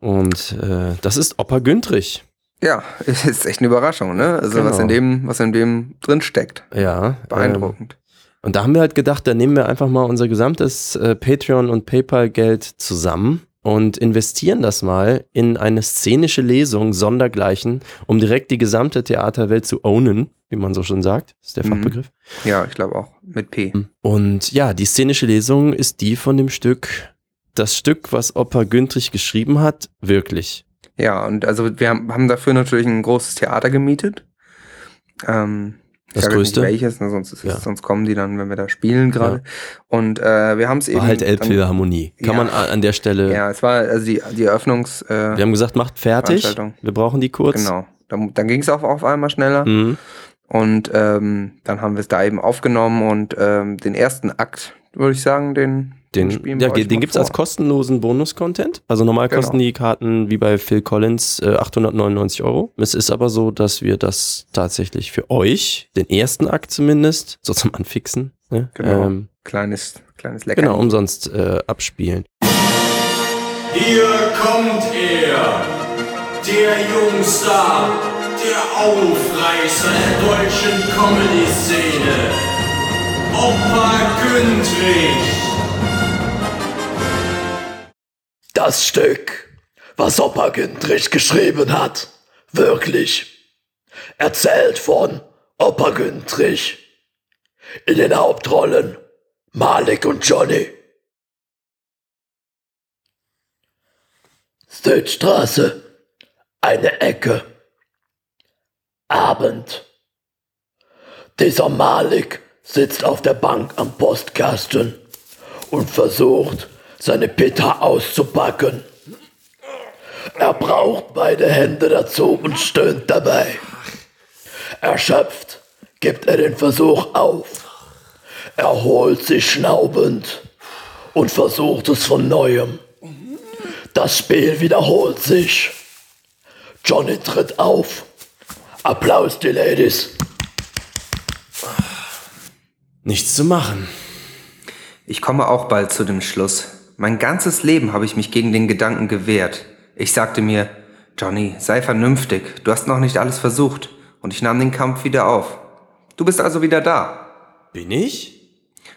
Speaker 1: Und äh, das ist Opa Güntrich.
Speaker 2: Ja, es ist echt eine Überraschung, ne? Also was
Speaker 1: Genau.
Speaker 2: in dem, was in dem drin steckt.
Speaker 1: Ja. Ähm,
Speaker 2: Beeindruckend.
Speaker 1: und da haben wir halt gedacht, da nehmen wir einfach mal unser gesamtes äh, Patreon und PayPal-Geld zusammen und investieren das mal in eine szenische Lesung sondergleichen, um direkt die gesamte Theaterwelt zu ownen, wie man so schon sagt. Ist der
Speaker 2: Mhm.
Speaker 1: Fachbegriff.
Speaker 2: ja, ich glaube auch. Mit P.
Speaker 1: Und ja, die szenische Lesung ist die von dem Stück, das Stück, was Opa Güntrich geschrieben hat, wirklich.
Speaker 2: Ja, und also wir haben haben dafür natürlich ein großes Theater gemietet. Ähm, ich
Speaker 1: Das
Speaker 2: sag jetzt
Speaker 1: größte?
Speaker 2: Nicht welches, ne, sonst, ist,
Speaker 1: Ja.
Speaker 2: sonst kommen die dann, wenn wir da spielen gerade. Und äh, wir haben es eben.
Speaker 1: War halt
Speaker 2: dann,
Speaker 1: Elbphilharmonie. Kann
Speaker 2: Ja.
Speaker 1: man a- an der Stelle.
Speaker 2: Ja, es war also die, die Eröffnungs. Äh,
Speaker 1: Wir haben gesagt, macht fertig.
Speaker 2: Veranstaltung.
Speaker 1: Wir brauchen die kurz.
Speaker 2: genau. Dann, dann ging es auch auf einmal schneller.
Speaker 1: Mhm.
Speaker 2: Und ähm, dann haben wir es da eben aufgenommen und ähm, den ersten Akt, würde ich sagen, den,
Speaker 1: Den,
Speaker 2: spielen
Speaker 1: ja,
Speaker 2: wir euch
Speaker 1: den
Speaker 2: mal
Speaker 1: gibt es als
Speaker 2: vor.
Speaker 1: kostenlosen Bonus-Content. Also normal
Speaker 2: Genau.
Speaker 1: kosten die Karten wie bei Phil Collins äh, 899 Euro. Es ist aber so, dass wir das tatsächlich für euch, den ersten Akt zumindest, so zum Anfixen, ne?
Speaker 2: Genau.
Speaker 1: ähm,
Speaker 2: Kleines, kleines Lecker.
Speaker 1: genau umsonst äh, abspielen.
Speaker 8: Hier kommt er, der Jungstar, der Aufreißer der deutschen Comedy-Szene. Opa Güntrich.
Speaker 9: Das Stück, was Opa Güntrich geschrieben hat, wirklich. Erzählt von Opa Güntrich. In den Hauptrollen Malik und Johnny. Südstraße, eine Ecke. Abend. Dieser Malik sitzt auf der Bank am Postkasten und versucht, seine Pita auszupacken. Er braucht beide Hände dazu und stöhnt dabei. Erschöpft gibt er den Versuch auf. Er holt sich schnaubend und versucht es von neuem. Das Spiel wiederholt sich. Johnny tritt auf. Applaus, die Ladies.
Speaker 1: Nichts zu machen.
Speaker 2: Ich komme auch bald zu dem Schluss. Mein ganzes Leben habe ich mich gegen den Gedanken gewehrt. Ich sagte mir, Johnny, sei vernünftig, du hast noch nicht alles versucht. Und ich nahm den Kampf wieder auf. Du bist also wieder da.
Speaker 1: Bin ich?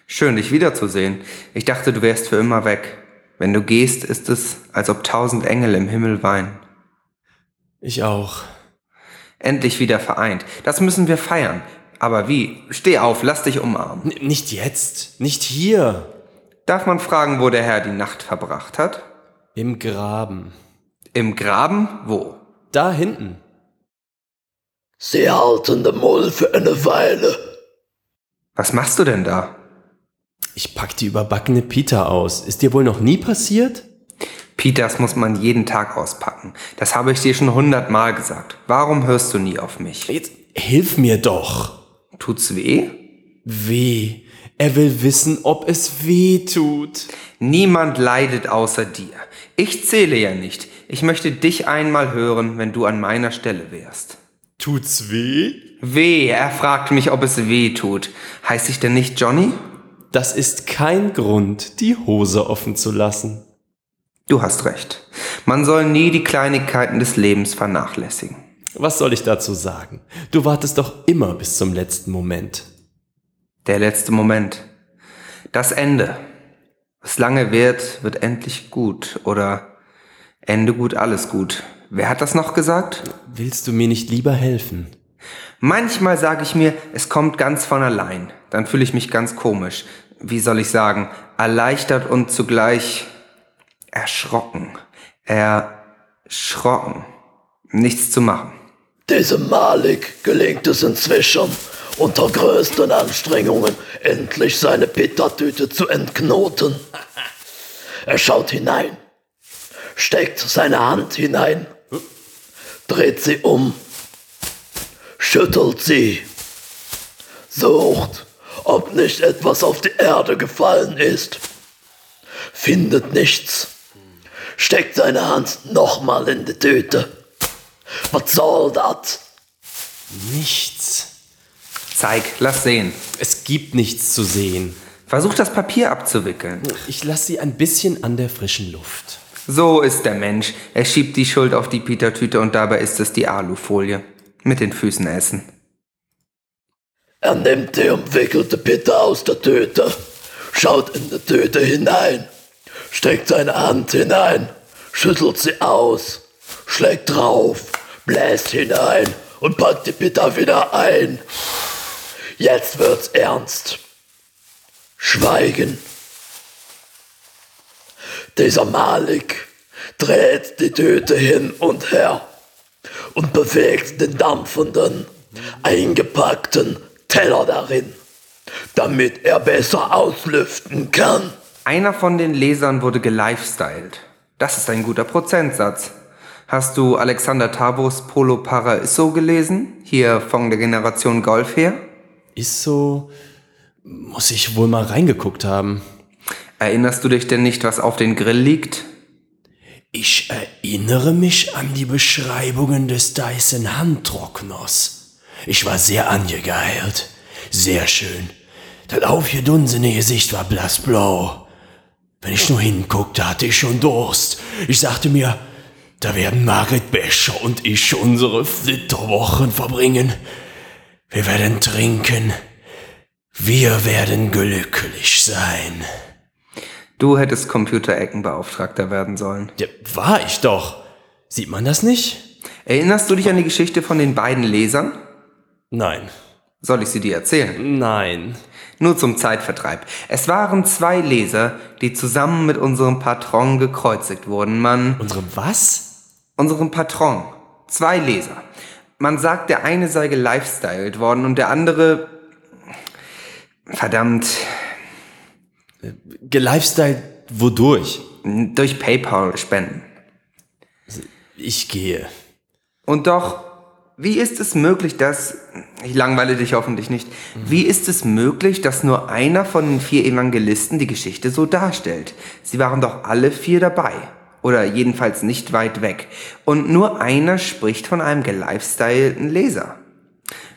Speaker 2: Schön, dich wiederzusehen. Ich dachte, du wärst für immer weg. Wenn du gehst, ist es, als ob tausend Engel im Himmel weinen.
Speaker 1: Ich auch.
Speaker 2: Endlich wieder vereint. Das müssen wir feiern. Aber wie? Steh auf, lass dich umarmen.
Speaker 1: N nicht jetzt. Nicht hier.
Speaker 2: Darf man fragen, wo der Herr die Nacht verbracht hat?
Speaker 1: Im Graben.
Speaker 2: Im Graben? Wo?
Speaker 1: Da hinten.
Speaker 9: Sie halten den Mull für eine Weile.
Speaker 2: Was machst du denn da?
Speaker 1: Ich pack die überbackene Pita aus. Ist dir wohl noch nie passiert?
Speaker 2: Peters muss man jeden Tag auspacken. Das habe ich dir schon hundertmal gesagt. Warum hörst du nie auf mich?
Speaker 1: Jetzt hilf mir doch.
Speaker 2: Tut's weh?
Speaker 1: Weh. Er will wissen, ob es weh tut.
Speaker 2: Niemand leidet außer dir. Ich zähle ja nicht. Ich möchte dich einmal hören, wenn du an meiner Stelle wärst.
Speaker 1: Tut's weh?
Speaker 2: Weh, er fragt mich, ob es weh tut. Heiß ich denn nicht Johnny?
Speaker 1: Das ist kein Grund, die Hose offen zu lassen.
Speaker 2: Du hast recht. Man soll nie die Kleinigkeiten des Lebens vernachlässigen.
Speaker 1: Was soll ich dazu sagen? Du wartest doch immer bis zum letzten Moment.
Speaker 2: Der letzte Moment. Das Ende. Was lange währt, wird endlich gut. Oder Ende gut, alles gut. Wer hat das noch gesagt?
Speaker 1: Willst du mir nicht lieber helfen?
Speaker 2: Manchmal sage ich mir, es kommt ganz von allein. Dann fühle ich mich ganz komisch. Wie soll ich sagen? Erleichtert und zugleich erschrocken. Erschrocken. Nichts zu machen.
Speaker 9: Diesem Malik gelingt es inzwischen, unter größten Anstrengungen endlich seine Pittertüte zu entknoten. Er schaut hinein, steckt seine Hand hinein, dreht sie um, schüttelt sie, sucht, ob nicht etwas auf die Erde gefallen ist, findet nichts, steckt seine Hand nochmal in die Tüte. Was soll das?
Speaker 1: Nichts.
Speaker 2: Zeig, lass sehen.
Speaker 1: Es gibt nichts zu sehen.
Speaker 2: Versuch das Papier abzuwickeln.
Speaker 1: Ich lasse sie ein bisschen an der frischen Luft.
Speaker 2: So ist der Mensch. Er schiebt die Schuld auf die Petertüte und dabei ist es die Alufolie. Mit den Füßen essen.
Speaker 9: Er nimmt die umwickelte Pitte aus der Tüte, schaut in die Tüte hinein, steckt seine Hand hinein, schüttelt sie aus, schlägt drauf, bläst hinein und packt die Pitta wieder ein. Jetzt wird's ernst. Schweigen. Dieser Malik dreht die Tüte hin und her und bewegt den dampfenden, eingepackten Teller darin, damit er besser auslüften kann.
Speaker 2: Einer von den Lesern wurde gelifestyled. Das ist ein guter Prozentsatz. Hast du Alexander Tabos Polo Paraiso gelesen? Hier von der Generation Golf her?
Speaker 1: Ist so. Muss ich wohl mal reingeguckt haben.
Speaker 2: Erinnerst du dich denn nicht, was auf den Grill liegt?
Speaker 1: Ich erinnere mich an die Beschreibungen des Dyson Handtrockners. Ich war sehr angegeilt. Sehr schön. Das aufgedunsene Gesicht war blassblau. Wenn ich nur hinguckte, hatte ich schon Durst. Ich sagte mir,
Speaker 8: Da werden Margit Becher und ich unsere Flitterwochen verbringen. Wir werden trinken. Wir werden glücklich sein.
Speaker 2: Du hättest Computereckenbeauftragter werden sollen.
Speaker 8: Ja, war ich doch. Sieht man das nicht?
Speaker 2: Erinnerst du dich an die Geschichte von den beiden Lesern?
Speaker 8: Nein.
Speaker 2: Soll ich sie dir erzählen?
Speaker 8: Nein.
Speaker 2: Nur zum Zeitvertreib. Es waren zwei Leser, die zusammen mit unserem Patron gekreuzigt wurden. Man,
Speaker 8: Unsere was?
Speaker 2: unserem Patron. Zwei Leser. Man sagt, der eine sei gelifestyled worden und der andere... Verdammt.
Speaker 8: Gelifestyle wodurch?
Speaker 2: Durch PayPal-Spenden.
Speaker 8: Ich gehe.
Speaker 2: Und doch, wie ist es möglich, dass, ich langweile dich hoffentlich nicht, wie ist es möglich, dass nur einer von den vier Evangelisten die Geschichte so darstellt? Sie waren doch alle vier dabei. Oder jedenfalls nicht weit weg. Und nur einer spricht von einem gelifestylten Leser.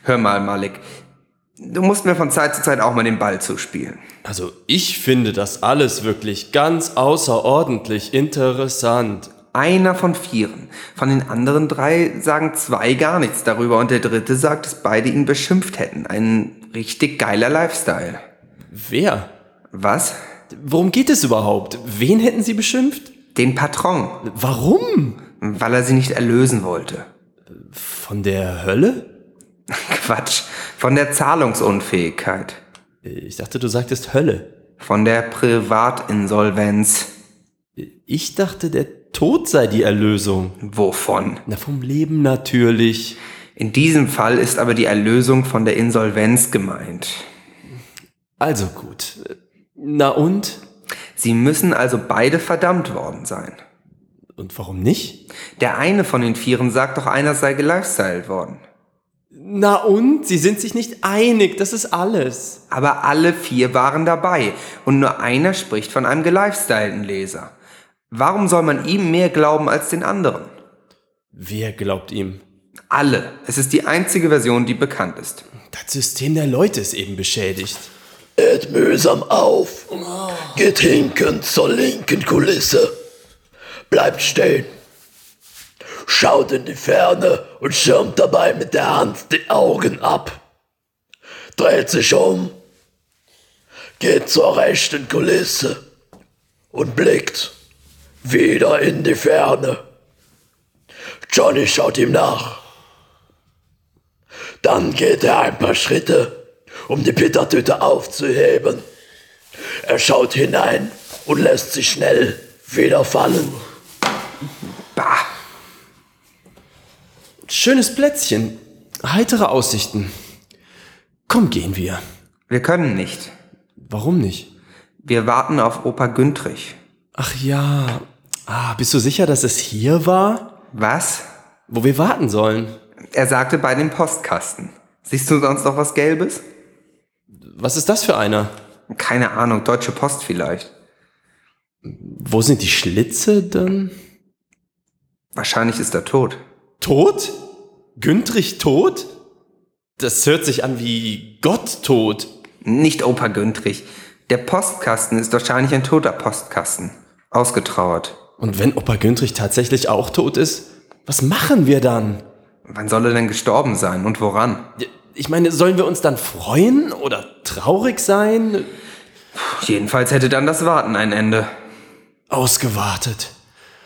Speaker 2: Hör mal, Malik. Du musst mir von Zeit zu Zeit auch mal den Ball zuspielen.
Speaker 1: Also ich finde das alles wirklich ganz außerordentlich interessant.
Speaker 2: Einer von vieren. Von den anderen drei sagen zwei gar nichts darüber und der dritte sagt, dass beide ihn beschimpft hätten. Ein richtig geiler Lifestyle.
Speaker 1: Wer?
Speaker 2: Was?
Speaker 1: Worum geht es überhaupt? Wen hätten Sie beschimpft?
Speaker 2: Den Patron,
Speaker 1: Warum?
Speaker 2: weil er sie nicht erlösen wollte.
Speaker 1: Von der Hölle?
Speaker 2: Quatsch. Von der Zahlungsunfähigkeit.
Speaker 1: Äh, Ich dachte, du sagtest Hölle.
Speaker 2: Von der Privatinsolvenz.
Speaker 1: Ich dachte, der Tod sei die Erlösung.
Speaker 2: Wovon?
Speaker 1: Na, vom Leben natürlich.
Speaker 2: In diesem Fall ist aber die Erlösung von der Insolvenz gemeint.
Speaker 1: Also gut. Na und?
Speaker 2: Sie müssen also beide verdammt worden sein.
Speaker 1: Und warum nicht?
Speaker 2: Der eine von den Vieren sagt doch, einer sei gelifestyled worden.
Speaker 1: Na und? Sie sind sich nicht einig, das ist alles.
Speaker 2: Aber alle vier waren dabei und nur einer spricht von einem gelifestylten Leser. Warum soll man ihm mehr glauben als den anderen?
Speaker 1: Wer glaubt ihm?
Speaker 2: Alle. Es ist die einzige Version, die bekannt ist.
Speaker 1: Das System der Leute ist eben beschädigt.
Speaker 9: Ed mühsam auf, geht hinkend zur linken Kulisse, bleibt stehen, schaut in die Ferne und schirmt dabei mit der Hand die Augen ab, dreht sich um, geht zur rechten Kulisse und blickt wieder in die Ferne. Johnny schaut ihm nach. Dann geht er ein paar Schritte, um die Pittertüte aufzuheben. Er schaut hinein und lässt sie schnell wieder fallen.
Speaker 2: Bah!
Speaker 1: Schönes Plätzchen. Heitere Aussichten. Komm, gehen wir.
Speaker 2: Wir können nicht.
Speaker 1: Warum nicht?
Speaker 2: Wir warten auf Opa Güntrich.
Speaker 1: Ach ja. Ah, bist du sicher, dass es hier war?
Speaker 2: Was?
Speaker 1: Wo wir warten sollen?
Speaker 2: Er sagte bei dem Postkasten. Siehst du sonst noch was Gelbes?
Speaker 1: Was ist das für einer?
Speaker 2: Keine Ahnung, Deutsche Post vielleicht.
Speaker 1: Wo sind die Schlitze dann?
Speaker 2: Wahrscheinlich ist er tot.
Speaker 1: Tot? Güntrich tot? Das hört sich an wie Gott tot.
Speaker 2: Nicht Opa Güntrich. Der Postkasten ist wahrscheinlich ein toter Postkasten. Ausgetrauert.
Speaker 1: Und wenn Opa Güntrich tatsächlich auch tot ist, was machen wir dann?
Speaker 2: Wann soll er denn gestorben sein und woran?
Speaker 1: Ich meine, sollen wir uns dann freuen oder traurig sein?
Speaker 2: Jedenfalls hätte dann das Warten ein Ende.
Speaker 1: Ausgewartet.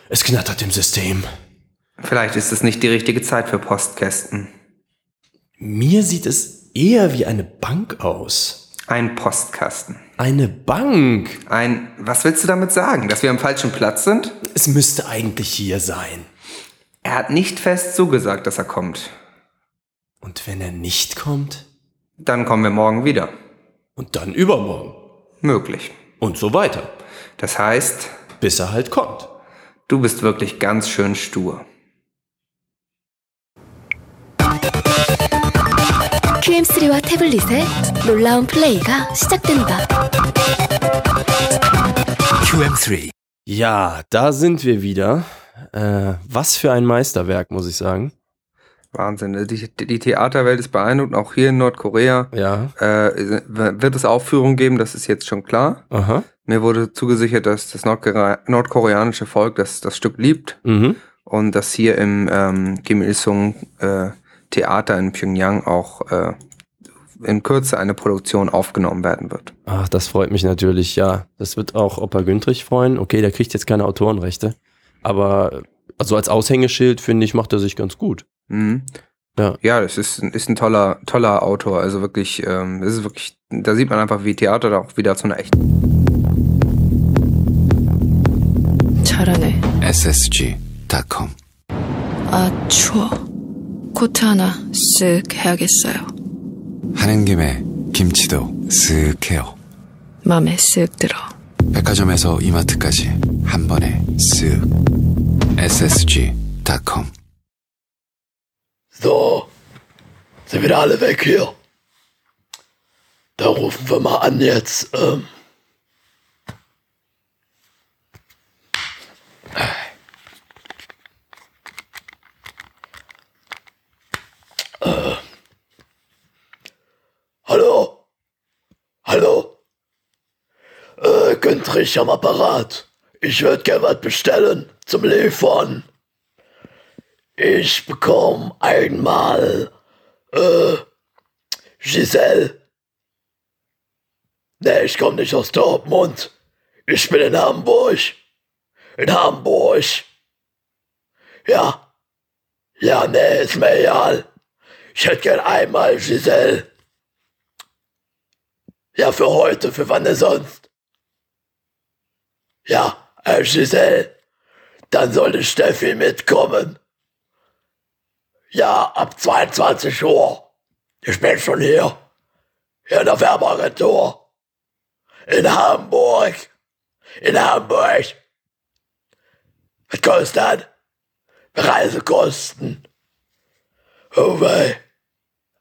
Speaker 1: Es knattert im System.
Speaker 2: Vielleicht ist es nicht die richtige Zeit für Postkästen.
Speaker 1: Mir sieht es eher wie eine Bank aus.
Speaker 2: Ein Postkasten.
Speaker 1: Eine Bank?
Speaker 2: Ein. Was willst du damit sagen? Dass wir am falschen Platz sind?
Speaker 1: Es müsste eigentlich hier sein.
Speaker 2: Er hat nicht fest zugesagt, dass er kommt.
Speaker 1: Und wenn er nicht kommt?
Speaker 2: Dann kommen wir morgen wieder.
Speaker 1: Und dann übermorgen.
Speaker 2: Möglich.
Speaker 1: Und so weiter.
Speaker 2: Das heißt,
Speaker 1: Bis er halt kommt.
Speaker 2: du bist wirklich ganz schön stur.
Speaker 7: QM3와 태블릿의 놀라운 플레이가 시작된다.
Speaker 10: QM3.
Speaker 1: Ja, da sind wir wieder. Äh, was für ein Meisterwerk, muss ich sagen.
Speaker 2: Wahnsinn. ne? Die, die Theaterwelt ist beeindruckt, auch hier in Nordkorea.
Speaker 1: Ja.
Speaker 2: Äh, wird es Aufführungen geben, das ist jetzt schon klar.
Speaker 1: Aha.
Speaker 2: Mir wurde zugesichert, dass das Nordkora- nordkoreanische Volk das, das Stück liebt
Speaker 1: Mhm.
Speaker 2: und das hier im ähm, Kim Il-sung äh, Theater in Pyongyang auch äh, in Kürze eine Produktion aufgenommen werden wird.
Speaker 1: Ach, das freut mich natürlich, ja. Das wird auch Opa Güntrich freuen. Okay, der kriegt jetzt keine Autorenrechte. Aber also als Aushängeschild, finde ich, macht er sich ganz gut.
Speaker 2: Mhm.
Speaker 1: Ja.
Speaker 2: ja, das ist, ein- ist ein toller, toller Autor. Also wirklich, ähm, das ist wirklich, da sieht man einfach, wie Theater da auch wieder zu einer echten
Speaker 11: 잘하네.
Speaker 12: ssg.com
Speaker 11: 아, 추워. 코트 하나 쓱 해야겠어요.
Speaker 12: 하는 김에 김치도 쓱 해요.
Speaker 11: 맘에 쓱 들어.
Speaker 12: 백화점에서 이마트까지 한 번에 쓱 ssg.com
Speaker 9: So, sind wieder alle weg hier. Da rufen wir mal an jetzt. Ähm. Äh. Hallo? Hallo? Äh, Güntrich am Apparat. Ich würde gern was bestellen zum Liefern. Ich bekomme einmal äh, Giselle. Nee, ich komme nicht aus Dortmund. Ich bin in Hamburg. In Hamburg. Ja. Ja, nee, ist mir egal. Ich hätte gern einmal Giselle. Ja, für heute, für wann denn sonst? Ja, äh, Giselle. Dann sollte Steffi mitkommen. Ja, ab 22 Uhr. Ich bin schon hier. Hier in der Werbeagentur. In Hamburg. In Hamburg. Was kostet das? Reisekosten. Oh wei.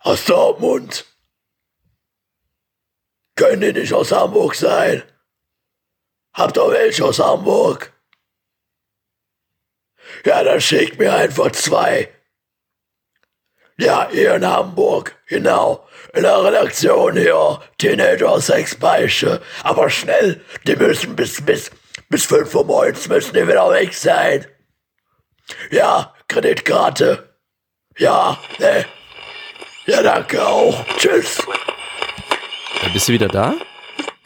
Speaker 9: Aus Dortmund. Können die nicht aus Hamburg sein? Habt ihr welche aus Hamburg? Ja, dann schickt mir einfach zwei. Ja, hier in Hamburg, genau. In der Redaktion hier, Teenager Sexbeiche. Aber schnell, die müssen bis, bis, bis 5 Uhr morgens müssen die wieder weg sein. Ja, Kreditkarte. Ja, ne. Ja, danke auch. Tschüss.
Speaker 1: Äh, Bist du wieder da?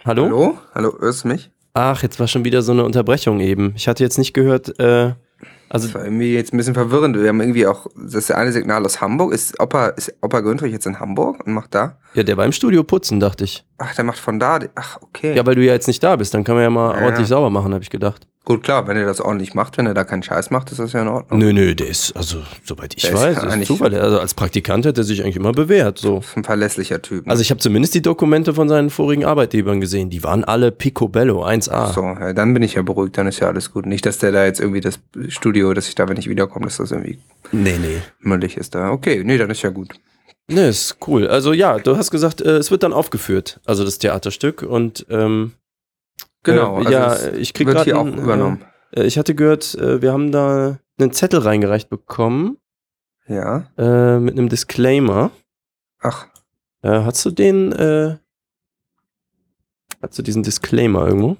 Speaker 1: Hallo?
Speaker 2: Hallo? Hallo, hörst du mich?
Speaker 1: Ach, jetzt war schon wieder so eine Unterbrechung eben. Ich hatte jetzt nicht gehört, äh, also
Speaker 2: Das war irgendwie jetzt ein bisschen verwirrend. Wir haben irgendwie auch das eine Signal aus Hamburg. Ist Opa, ist Opa Güntrich jetzt in Hamburg und macht da?
Speaker 1: ja, der war im Studio putzen, dachte ich.
Speaker 2: Ach, der macht von da. die- Ach, okay.
Speaker 1: Ja, weil du ja jetzt nicht da bist, dann kann man ja mal
Speaker 2: Ja, ja.
Speaker 1: ordentlich sauber machen, habe ich gedacht.
Speaker 2: Gut, klar, wenn er das ordentlich macht, wenn er da keinen Scheiß macht, ist das ja in Ordnung.
Speaker 1: Nö, nö, der ist, also, soweit ich
Speaker 2: Der ist
Speaker 1: weiß, ist
Speaker 2: eigentlich-
Speaker 1: zuverlässig. Also, als Praktikant hat er sich eigentlich immer bewährt, so.
Speaker 2: Ein verlässlicher Typ. ne?
Speaker 1: Also, ich habe zumindest die Dokumente von seinen vorigen Arbeitgebern gesehen. Die waren alle picobello, 1A.
Speaker 2: so, ja, dann bin ich ja beruhigt, dann ist ja alles gut. Nicht, dass der da jetzt irgendwie das Studio, dass ich da, wenn ich wiederkomme, dass das irgendwie
Speaker 1: Nee, nee.
Speaker 2: müllig ist da. Okay, nee, dann ist ja gut.
Speaker 1: Nee, ist cool. Also, ja, du hast gesagt, äh, es wird dann aufgeführt, also das Theaterstück. Und, ähm,
Speaker 2: Genau,
Speaker 1: äh,
Speaker 2: also
Speaker 1: ja,
Speaker 2: es
Speaker 1: ich krieg
Speaker 2: wird
Speaker 1: grad
Speaker 2: hier auch
Speaker 1: einen,
Speaker 2: übernommen.
Speaker 1: Äh, ich hatte gehört, äh, wir haben da einen Zettel reingereicht bekommen,
Speaker 2: Ja.
Speaker 1: äh, mit einem Disclaimer.
Speaker 2: Ach,
Speaker 1: Äh, hast du den, äh, hast du diesen Disclaimer irgendwo?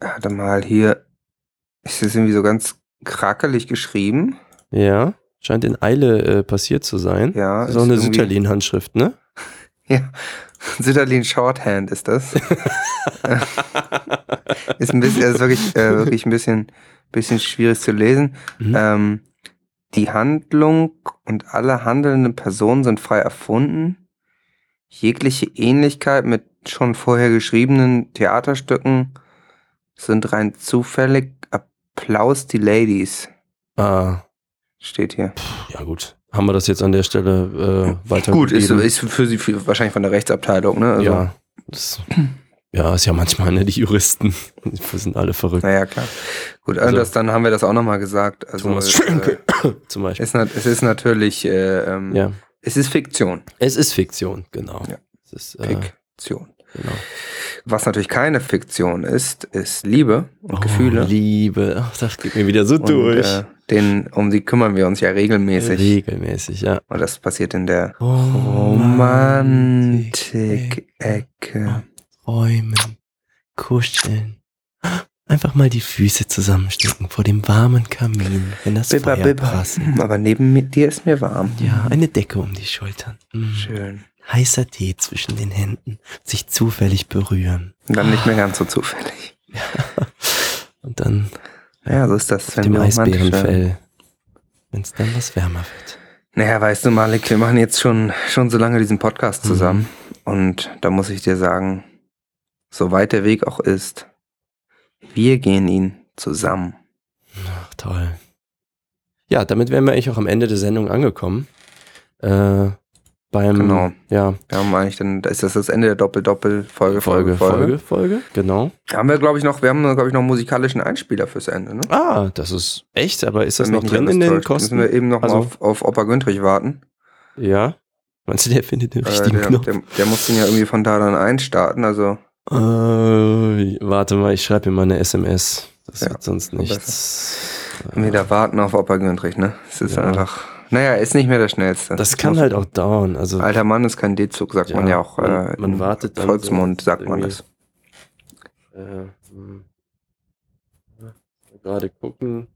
Speaker 2: warte mal, hier ist es irgendwie so ganz krakelig geschrieben.
Speaker 1: Ja, scheint in Eile äh, passiert zu sein.
Speaker 2: Ja,
Speaker 1: ist auch eine
Speaker 2: ist irgendwie-
Speaker 1: Sütterlin-Handschrift, ne?
Speaker 2: Ja, Sütterlin Shorthand ist das. ist ein bisschen, ist wirklich, äh, wirklich ein bisschen, bisschen schwierig zu lesen.
Speaker 1: Mhm.
Speaker 2: Ähm, die Handlung und alle handelnden Personen sind frei erfunden. Jegliche Ähnlichkeit mit schon vorher geschriebenen Theaterstücken sind rein zufällig. Applaus die Ladies
Speaker 1: Ah,
Speaker 2: steht hier.
Speaker 1: ja gut. Haben wir das jetzt an der Stelle äh, weitergegeben?
Speaker 2: Gut, ist, ist für sie für, wahrscheinlich von der Rechtsabteilung, ne? Also,
Speaker 1: ja, das, ja, ist ja manchmal, ne, die Juristen. Wir sind alle verrückt.
Speaker 2: Naja, klar. Gut, also,
Speaker 1: Also-
Speaker 2: das, dann haben wir das auch nochmal gesagt. Also,
Speaker 1: Thomas
Speaker 2: es, äh,
Speaker 1: Schönke. Zum Beispiel.
Speaker 2: ist, nat- es ist natürlich, äh, ähm,
Speaker 1: ja.
Speaker 2: es ist Fiktion.
Speaker 1: Es ist Fiktion, genau.
Speaker 2: Ja.
Speaker 1: Es ist, äh,
Speaker 2: Fiktion.
Speaker 1: genau.
Speaker 2: Was natürlich keine Fiktion ist, ist Liebe und Gefühle.
Speaker 1: Oh, Liebe. Ach, das geht mir wieder so
Speaker 2: und,
Speaker 1: durch.
Speaker 2: Äh, den, um die kümmern wir uns ja regelmäßig.
Speaker 1: Regelmäßig, ja.
Speaker 2: und das passiert in der Romantik-Ecke.
Speaker 1: Träumen. Kuscheln. Einfach mal die Füße zusammenstecken vor dem warmen Kamin, wenn das
Speaker 2: Bibber,
Speaker 1: Feuer
Speaker 2: bibber.
Speaker 1: prasselt.
Speaker 2: Hm, Aber neben mi- dir ist mir warm.
Speaker 1: Ja, eine Decke um die Schultern.
Speaker 2: Schön.
Speaker 1: Heißer Tee zwischen den Händen, sich zufällig berühren.
Speaker 2: Und dann nicht mehr ganz so zufällig.
Speaker 1: Und dann
Speaker 2: Ja, so ist das,
Speaker 1: auf dem
Speaker 2: wir romantisch werden.
Speaker 1: Eisbärenfell, wenn es dann was wärmer wird.
Speaker 2: Naja, weißt du, Malik, wir machen jetzt schon, schon so lange diesen
Speaker 1: Mhm.
Speaker 2: Podcast zusammen. Und da muss ich dir sagen, so weit der Weg auch ist, wir gehen ihn zusammen.
Speaker 1: Ach, toll. Ja, damit wären wir eigentlich auch am Ende der Sendung angekommen. Äh, beim,
Speaker 2: Genau.
Speaker 1: Ja,
Speaker 2: Wir haben eigentlich dann, ist das das Ende der Doppel-Doppel-Folge,
Speaker 1: Folge, Folge,
Speaker 2: Folge,
Speaker 1: Folge, genau.
Speaker 2: Haben wir, glaube ich, noch, wir haben, glaube ich, noch einen musikalischen Einspieler fürs Ende, ne?
Speaker 1: Ah, das ist echt, aber ist das
Speaker 2: Wenn mich
Speaker 1: noch
Speaker 2: nicht
Speaker 1: drin
Speaker 2: alles
Speaker 1: in den
Speaker 2: täuscht.
Speaker 1: Kosten?
Speaker 2: Müssen wir eben noch
Speaker 1: Also-
Speaker 2: mal auf, auf Opa Güntrich warten.
Speaker 1: Ja. Meinst du, der findet den
Speaker 2: Äh,
Speaker 1: richtigen
Speaker 2: der,
Speaker 1: Knopf?
Speaker 2: der, der muss den ja irgendwie von da dann einstarten, also
Speaker 1: Äh, warte mal, ich schreibe ihm mal eine SMS. Das wird sonst nichts.
Speaker 2: wir da warten auf Opa Güntrich, ne? Es ist
Speaker 1: Ja.
Speaker 2: einfach, naja, er ist nicht mehr der Schnellste.
Speaker 1: Das kann
Speaker 2: Muss-
Speaker 1: halt auch dauern. Also,
Speaker 2: Alter Mann ist kein D-Zug, sagt
Speaker 1: Ja,
Speaker 2: man ja auch.
Speaker 1: man-
Speaker 2: äh,
Speaker 1: man
Speaker 2: im
Speaker 1: wartet dann
Speaker 2: Volksmund
Speaker 1: so
Speaker 2: sagt man
Speaker 1: irgendwie.
Speaker 2: das.
Speaker 1: äh, hm. gerade gucken.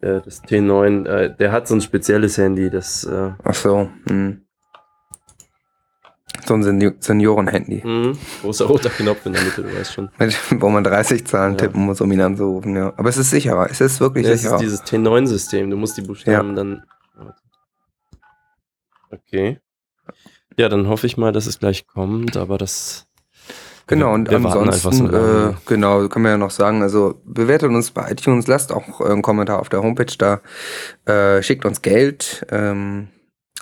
Speaker 1: Äh, das T9, äh, der hat so ein spezielles Handy, das. Äh,
Speaker 2: Ach so. Hm. So ein Seni Senioren-Handy,
Speaker 1: mhm. Großer roter Knopf in der Mitte, du weißt schon.
Speaker 2: mit- wo man 30 Zahlen tippen muss, um ihn anzurufen. Ja. Aber es ist sicherer, es ist wirklich
Speaker 1: Ja, es
Speaker 2: sicherer.
Speaker 1: ist dieses T9-System, du musst die Buchstaben dann. Warte. Okay. Ja, dann hoffe ich mal, dass es gleich kommt, aber das.
Speaker 2: Genau,
Speaker 1: wir-
Speaker 2: und
Speaker 1: wir warten einfach so
Speaker 2: ansonsten,
Speaker 1: lange.
Speaker 2: äh, genau, können wir ja noch sagen, also bewertet uns bei iTunes, lasst auch äh, einen Kommentar auf der Homepage da, äh, schickt uns Geld ähm,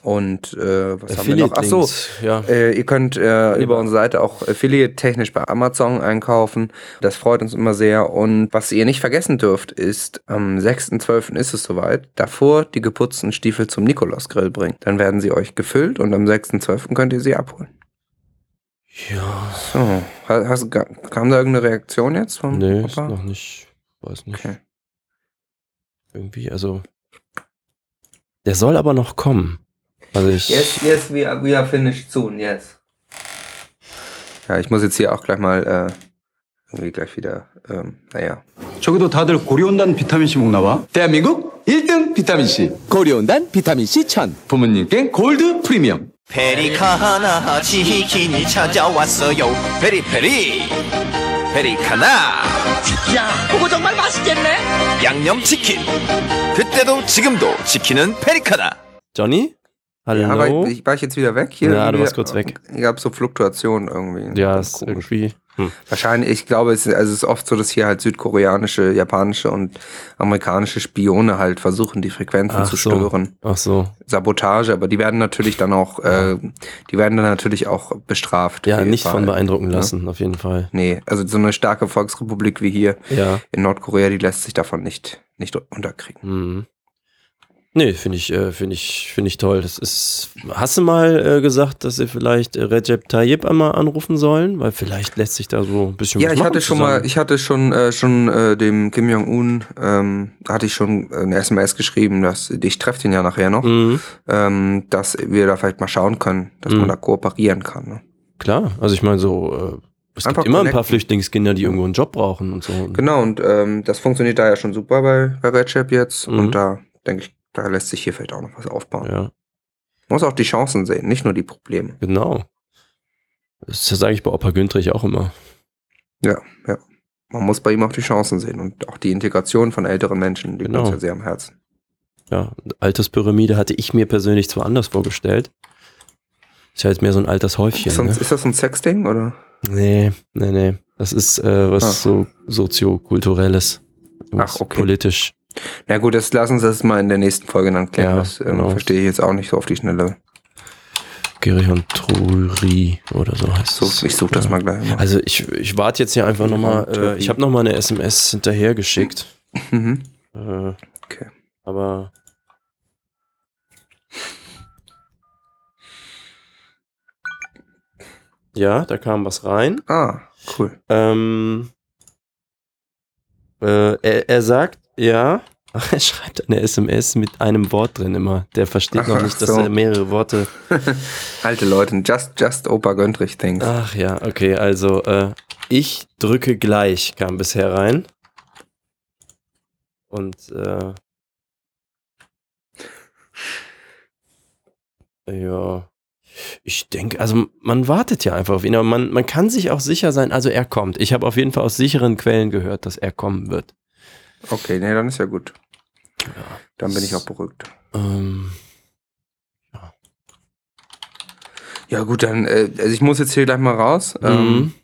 Speaker 2: und äh, was haben wir noch? Ach so,
Speaker 1: Affiliate-Links, ja.
Speaker 2: äh, ihr könnt äh, über unsere Seite auch Affiliate-technisch bei Amazon einkaufen, das freut uns immer sehr und was ihr nicht vergessen dürft, ist am 6.12. ist es soweit, davor die geputzten Stiefel zum Nikolaus-Grill bringen, dann werden sie euch gefüllt und am 6.12. könnt ihr sie abholen.
Speaker 1: Ja.
Speaker 2: So, ha- hast, ga- kam da irgendeine Reaktion jetzt vom
Speaker 1: Nee, ist
Speaker 2: Opa?
Speaker 1: noch nicht. Weiß nicht.
Speaker 2: Okay.
Speaker 1: Irgendwie, also. Der soll aber noch kommen. Also ich.
Speaker 2: Yes, yes, we are, we are finished soon, yes. Ja, ich muss jetzt hier auch gleich mal äh, irgendwie gleich wieder, ähm, naja.
Speaker 5: 저기도 다들 고려온단 비타민C 먹나 봐. 대한민국 1등 비타민C. 고려온단 비타민C 천 부모님께 골드 프리미엄.
Speaker 13: 페리카나 치킨이 찾아왔어요 페리페리 페리카나
Speaker 3: 야, 그거 정말 맛있겠네.
Speaker 13: 양념치킨 그때도 지금도 치킨은 페리카나
Speaker 1: Johnny?
Speaker 2: Ja,
Speaker 1: Hallo?
Speaker 2: war, ich, ich- war ich jetzt wieder weg hier?
Speaker 1: Ja, du
Speaker 2: Irgendwie
Speaker 1: warst kurz weg.
Speaker 2: Gab so Fluktuationen irgendwie.
Speaker 1: Ja, ist irgendwie. Hm.
Speaker 2: Wahrscheinlich, ich glaube, es, also es ist oft so, dass hier halt südkoreanische, japanische und amerikanische Spione halt versuchen, die Frequenzen
Speaker 1: Ach
Speaker 2: zu
Speaker 1: so.
Speaker 2: stören.
Speaker 1: Ach so.
Speaker 2: Sabotage, aber die werden natürlich dann auch, äh, die werden dann natürlich auch bestraft.
Speaker 1: Ja,
Speaker 2: für ihr
Speaker 1: nicht von
Speaker 2: Verhalten,
Speaker 1: beeindrucken
Speaker 2: ne?
Speaker 1: lassen, auf jeden Fall.
Speaker 2: Nee, also so eine starke Volksrepublik wie hier
Speaker 1: Ja.
Speaker 2: in Nordkorea, die lässt sich davon nicht, nicht unterkriegen.
Speaker 1: Mhm. Nee, finde ich, äh, finde ich, finde ich toll. Das ist. Hast du mal äh, gesagt, dass sie vielleicht äh, Recep Tayyip einmal anrufen sollen? Weil vielleicht lässt sich da so ein bisschen
Speaker 2: Ja,
Speaker 1: was
Speaker 2: ich
Speaker 1: machen
Speaker 2: hatte schon
Speaker 1: zusammen.
Speaker 2: mal, ich hatte schon, äh, schon äh, dem Kim Jong-un, ähm, hatte ich schon eine SMS geschrieben, dass ich treffe den ja nachher
Speaker 1: Mhm.
Speaker 2: noch, ähm, dass wir da vielleicht mal schauen können, dass
Speaker 1: Mhm.
Speaker 2: man da kooperieren kann. Ne?
Speaker 1: Klar, also ich meine so, äh, es
Speaker 2: Einfach
Speaker 1: gibt immer ein paar
Speaker 2: connecten.
Speaker 1: Flüchtlingskinder, die irgendwo einen Job brauchen und so. Und
Speaker 2: Genau, und ähm, das funktioniert da ja schon super bei, bei Redchap jetzt. Und da denke ich, da lässt sich hier vielleicht auch noch was aufbauen.
Speaker 1: Mhm. Ja.
Speaker 2: Muss auch die Chancen sehen, nicht nur die Probleme.
Speaker 1: Genau. Das sage ich bei Opa Güntrich auch immer.
Speaker 2: Ja, ja. Man muss bei ihm auch die Chancen sehen und auch die Integration von älteren Menschen liegt
Speaker 1: Genau.
Speaker 2: uns ja sehr am Herzen.
Speaker 1: Ja, Alterspyramide hatte ich mir persönlich zwar anders vorgestellt. Ist ja jetzt mehr so ein Altershäufchen.
Speaker 2: ist, das,
Speaker 1: ne?
Speaker 2: ist das ein Sexding oder?
Speaker 1: Nee, nee, nee. Das ist äh, was
Speaker 2: Ah.
Speaker 1: so soziokulturelles.
Speaker 2: Ach, okay.
Speaker 1: Politisch.
Speaker 2: Na gut, das lassen Sie das mal in der nächsten Folge dann klären.
Speaker 1: Ja,
Speaker 2: das ähm,
Speaker 1: genau.
Speaker 2: verstehe ich jetzt auch nicht so auf die Schnelle.
Speaker 1: Gerichonturi oder so heißt
Speaker 2: So,
Speaker 1: es.
Speaker 2: ich suche das mal gleich. mal.
Speaker 1: Also ich, ich warte jetzt hier einfach nochmal. Äh, ich habe nochmal eine SMS hinterher geschickt.
Speaker 2: Mhm.
Speaker 1: Äh,
Speaker 2: okay.
Speaker 1: Aber. Ja, da kam was rein.
Speaker 2: Ah, cool.
Speaker 1: Ähm, äh, er, er sagt, ja, Ach, er schreibt eine SMS mit einem Wort drin immer. Der versteht
Speaker 2: Ach,
Speaker 1: noch nicht, dass
Speaker 2: so.
Speaker 1: er mehrere Worte.
Speaker 2: Alte Leute, just, just Opa Göntrich things.
Speaker 1: Ach ja, okay, also äh, ich drücke gleich kam bisher rein. Und äh, ja, ich denke, also man wartet ja einfach auf ihn, aber man, man kann sich auch sicher sein, also er kommt. Ich habe auf jeden Fall aus sicheren Quellen gehört, dass er kommen wird.
Speaker 2: Okay, nee, dann ist ja gut. Dann bin ich auch beruhigt.
Speaker 1: Ähm,
Speaker 2: Ja gut, dann, äh, also ich muss jetzt hier gleich mal raus.
Speaker 1: Mhm.
Speaker 2: Ähm,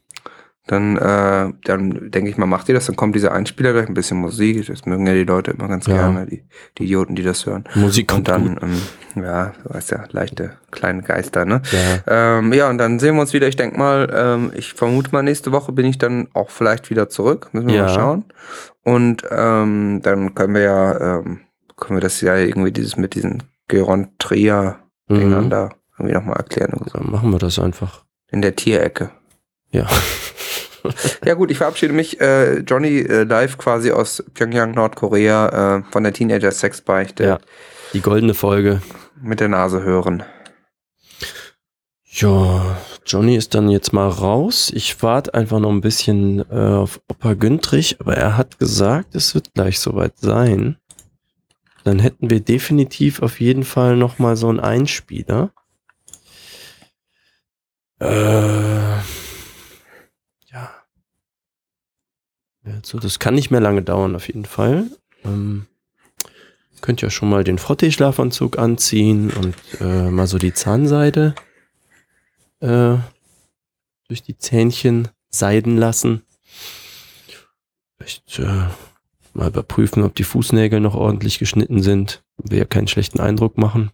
Speaker 2: Dann, äh, dann denke ich mal, macht ihr das, dann kommt dieser Einspieler gleich ein bisschen Musik. Das mögen ja die Leute immer ganz
Speaker 1: Ja.
Speaker 2: gerne, die, die Idioten, die das hören.
Speaker 1: mhm. Musik
Speaker 2: kommt Und dann, ähm, ja, du weißt ja, leichte kleine Geister, ne? Ja. Ähm, ja, und dann sehen wir uns wieder. Ich denke mal, ähm, ich vermute mal, nächste Woche bin ich dann auch vielleicht wieder zurück. Müssen wir
Speaker 1: Ja.
Speaker 2: mal schauen. Und ähm, dann können wir ja, ähm, können wir das ja irgendwie dieses mit diesen Gerontria-Dingern
Speaker 1: Mhm.
Speaker 2: da irgendwie nochmal erklären.
Speaker 1: dann machen wir das einfach.
Speaker 2: In der Tierecke.
Speaker 1: Ja.
Speaker 2: Ja gut, ich verabschiede mich. Äh, Johnny äh, live quasi aus Pyongyang, Nordkorea, äh, von der Teenager Sexbeichte.
Speaker 1: Ja. Die goldene Folge.
Speaker 2: Mit der Nase hören.
Speaker 1: Ja, Johnny ist dann jetzt mal raus. Ich warte einfach noch ein bisschen äh, auf Opa Güntrich, aber er hat gesagt, es wird gleich soweit sein. Dann hätten wir definitiv auf jeden Fall noch mal so einen Einspieler. Äh, ja. Also, das kann nicht mehr lange dauern, auf jeden Fall. Ähm, könnt ja schon mal den Frottee-Schlafanzug anziehen und äh, mal so die Zahnseide äh, durch die Zähnchen seiden lassen. Vielleicht äh, mal überprüfen, ob die Fußnägel noch ordentlich geschnitten sind. Will ja keinen schlechten Eindruck machen.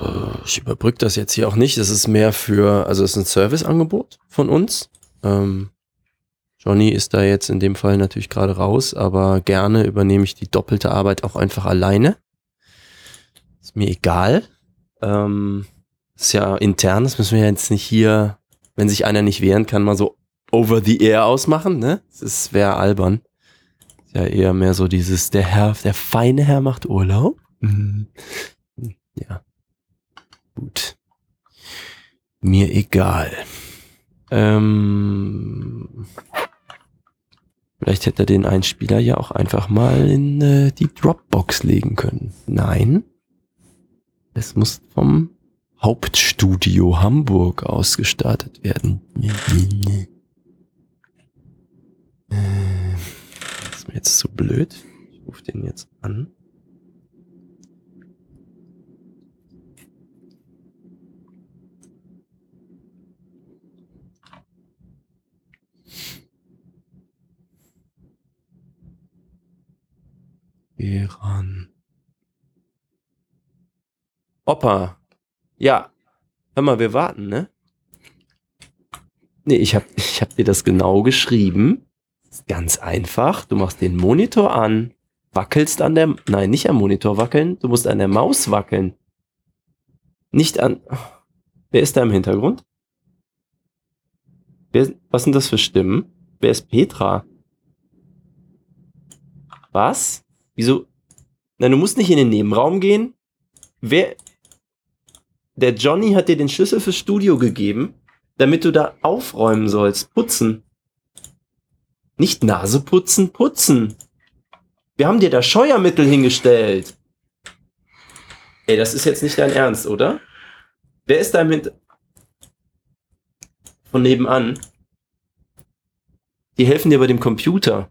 Speaker 1: Äh, Ich überbrücke das jetzt hier auch nicht. Das ist mehr für, also es ist ein Serviceangebot von uns. Ähm, Johnny ist da jetzt in dem Fall natürlich gerade raus, aber gerne übernehme ich die doppelte Arbeit auch einfach alleine. Ist mir egal. Ähm, ist ja intern, das müssen wir jetzt nicht hier, wenn sich einer nicht wehren kann, mal so over the air ausmachen, ne? Das wäre albern. Ist ja eher mehr so dieses, der Herr, der feine Herr macht Urlaub. Ja. Gut. Mir egal. Ähm, vielleicht hätte er den Einspieler ja auch einfach mal in äh, die Dropbox legen können. Nein. Es muss vom Hauptstudio Hamburg ausgestattet werden. Das Äh, ist mir jetzt zu blöd. Ich rufe den jetzt an. Geh ran. Opa. Ja. Hör mal, wir warten, ne? Nee, ich hab, ich hab dir das genau geschrieben. Ist ganz einfach. Du machst den Monitor an, wackelst an der, nein, nicht am Monitor wackeln, du musst an der Maus wackeln. Nicht an, wer ist da im Hintergrund? Wer, was sind das für Stimmen? Wer ist Petra? Was? Wieso? Na, du musst nicht in den Nebenraum gehen. Wer? Der Johnny hat dir den Schlüssel fürs Studio gegeben, damit du da aufräumen sollst. Putzen. Nicht Nase putzen, putzen. Wir haben dir da Scheuermittel hingestellt. Ey, das ist jetzt nicht dein Ernst, oder? Wer ist da im Hinter... Von nebenan? Die helfen dir bei dem Computer.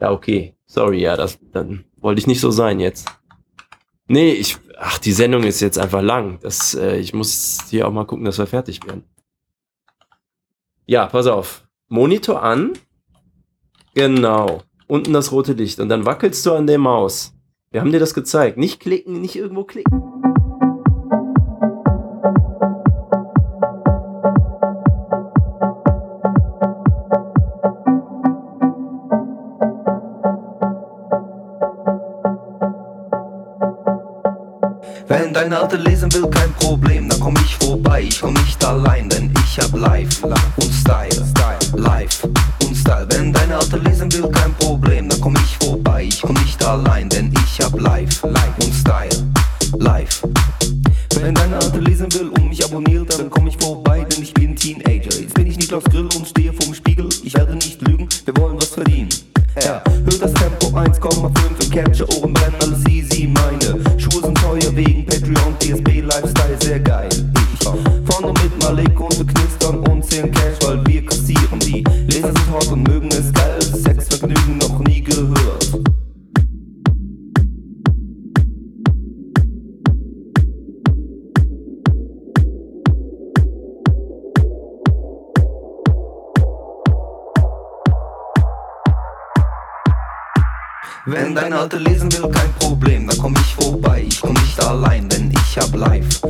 Speaker 1: Ja, okay. Sorry, ja, das, dann wollte ich nicht so sein jetzt. Nee, ich, ach, die Sendung ist jetzt einfach lang. Das, äh, ich muss hier auch mal gucken, dass wir fertig werden. Ja, pass auf. Monitor an. Genau. Unten das rote Licht. Und dann wackelst du an der Maus. Wir haben dir das gezeigt. Nicht klicken, nicht irgendwo klicken.
Speaker 14: Wenn dein Alter lesen will, kein Problem, dann komm ich vorbei. Ich komm nicht allein, denn ich hab Life und Style. Life
Speaker 2: Kunstteil Wenn deine Alte lesen will, kein Problem, dann komm ich vorbei Ich komm nicht allein, denn ich hab Life, Life und Style, Life Wenn deine Alte lesen will und mich abonniert, dann komm ich vorbei, denn ich bin Teenager Jetzt bin ich Niklaus Grill und stehe vorm Spiegel Ich werde nicht lügen, wir wollen was verdienen ja, hört das Tempo 1,5 im Capture, Ohren brennen, alles easy, meine Schuhe sind teuer wegen Patreon, DSB, Lifestyle, sehr geil Ich vorne mit Malik und wir knistern uns in Cash, weil wir kassieren die Leser sind hot und mögen es geil, Sex, Vergnügen noch nie gehört Wenn dein Alter lesen will, kein Problem, dann komm ich vorbei. Ich komm nicht allein, denn ich hab Life,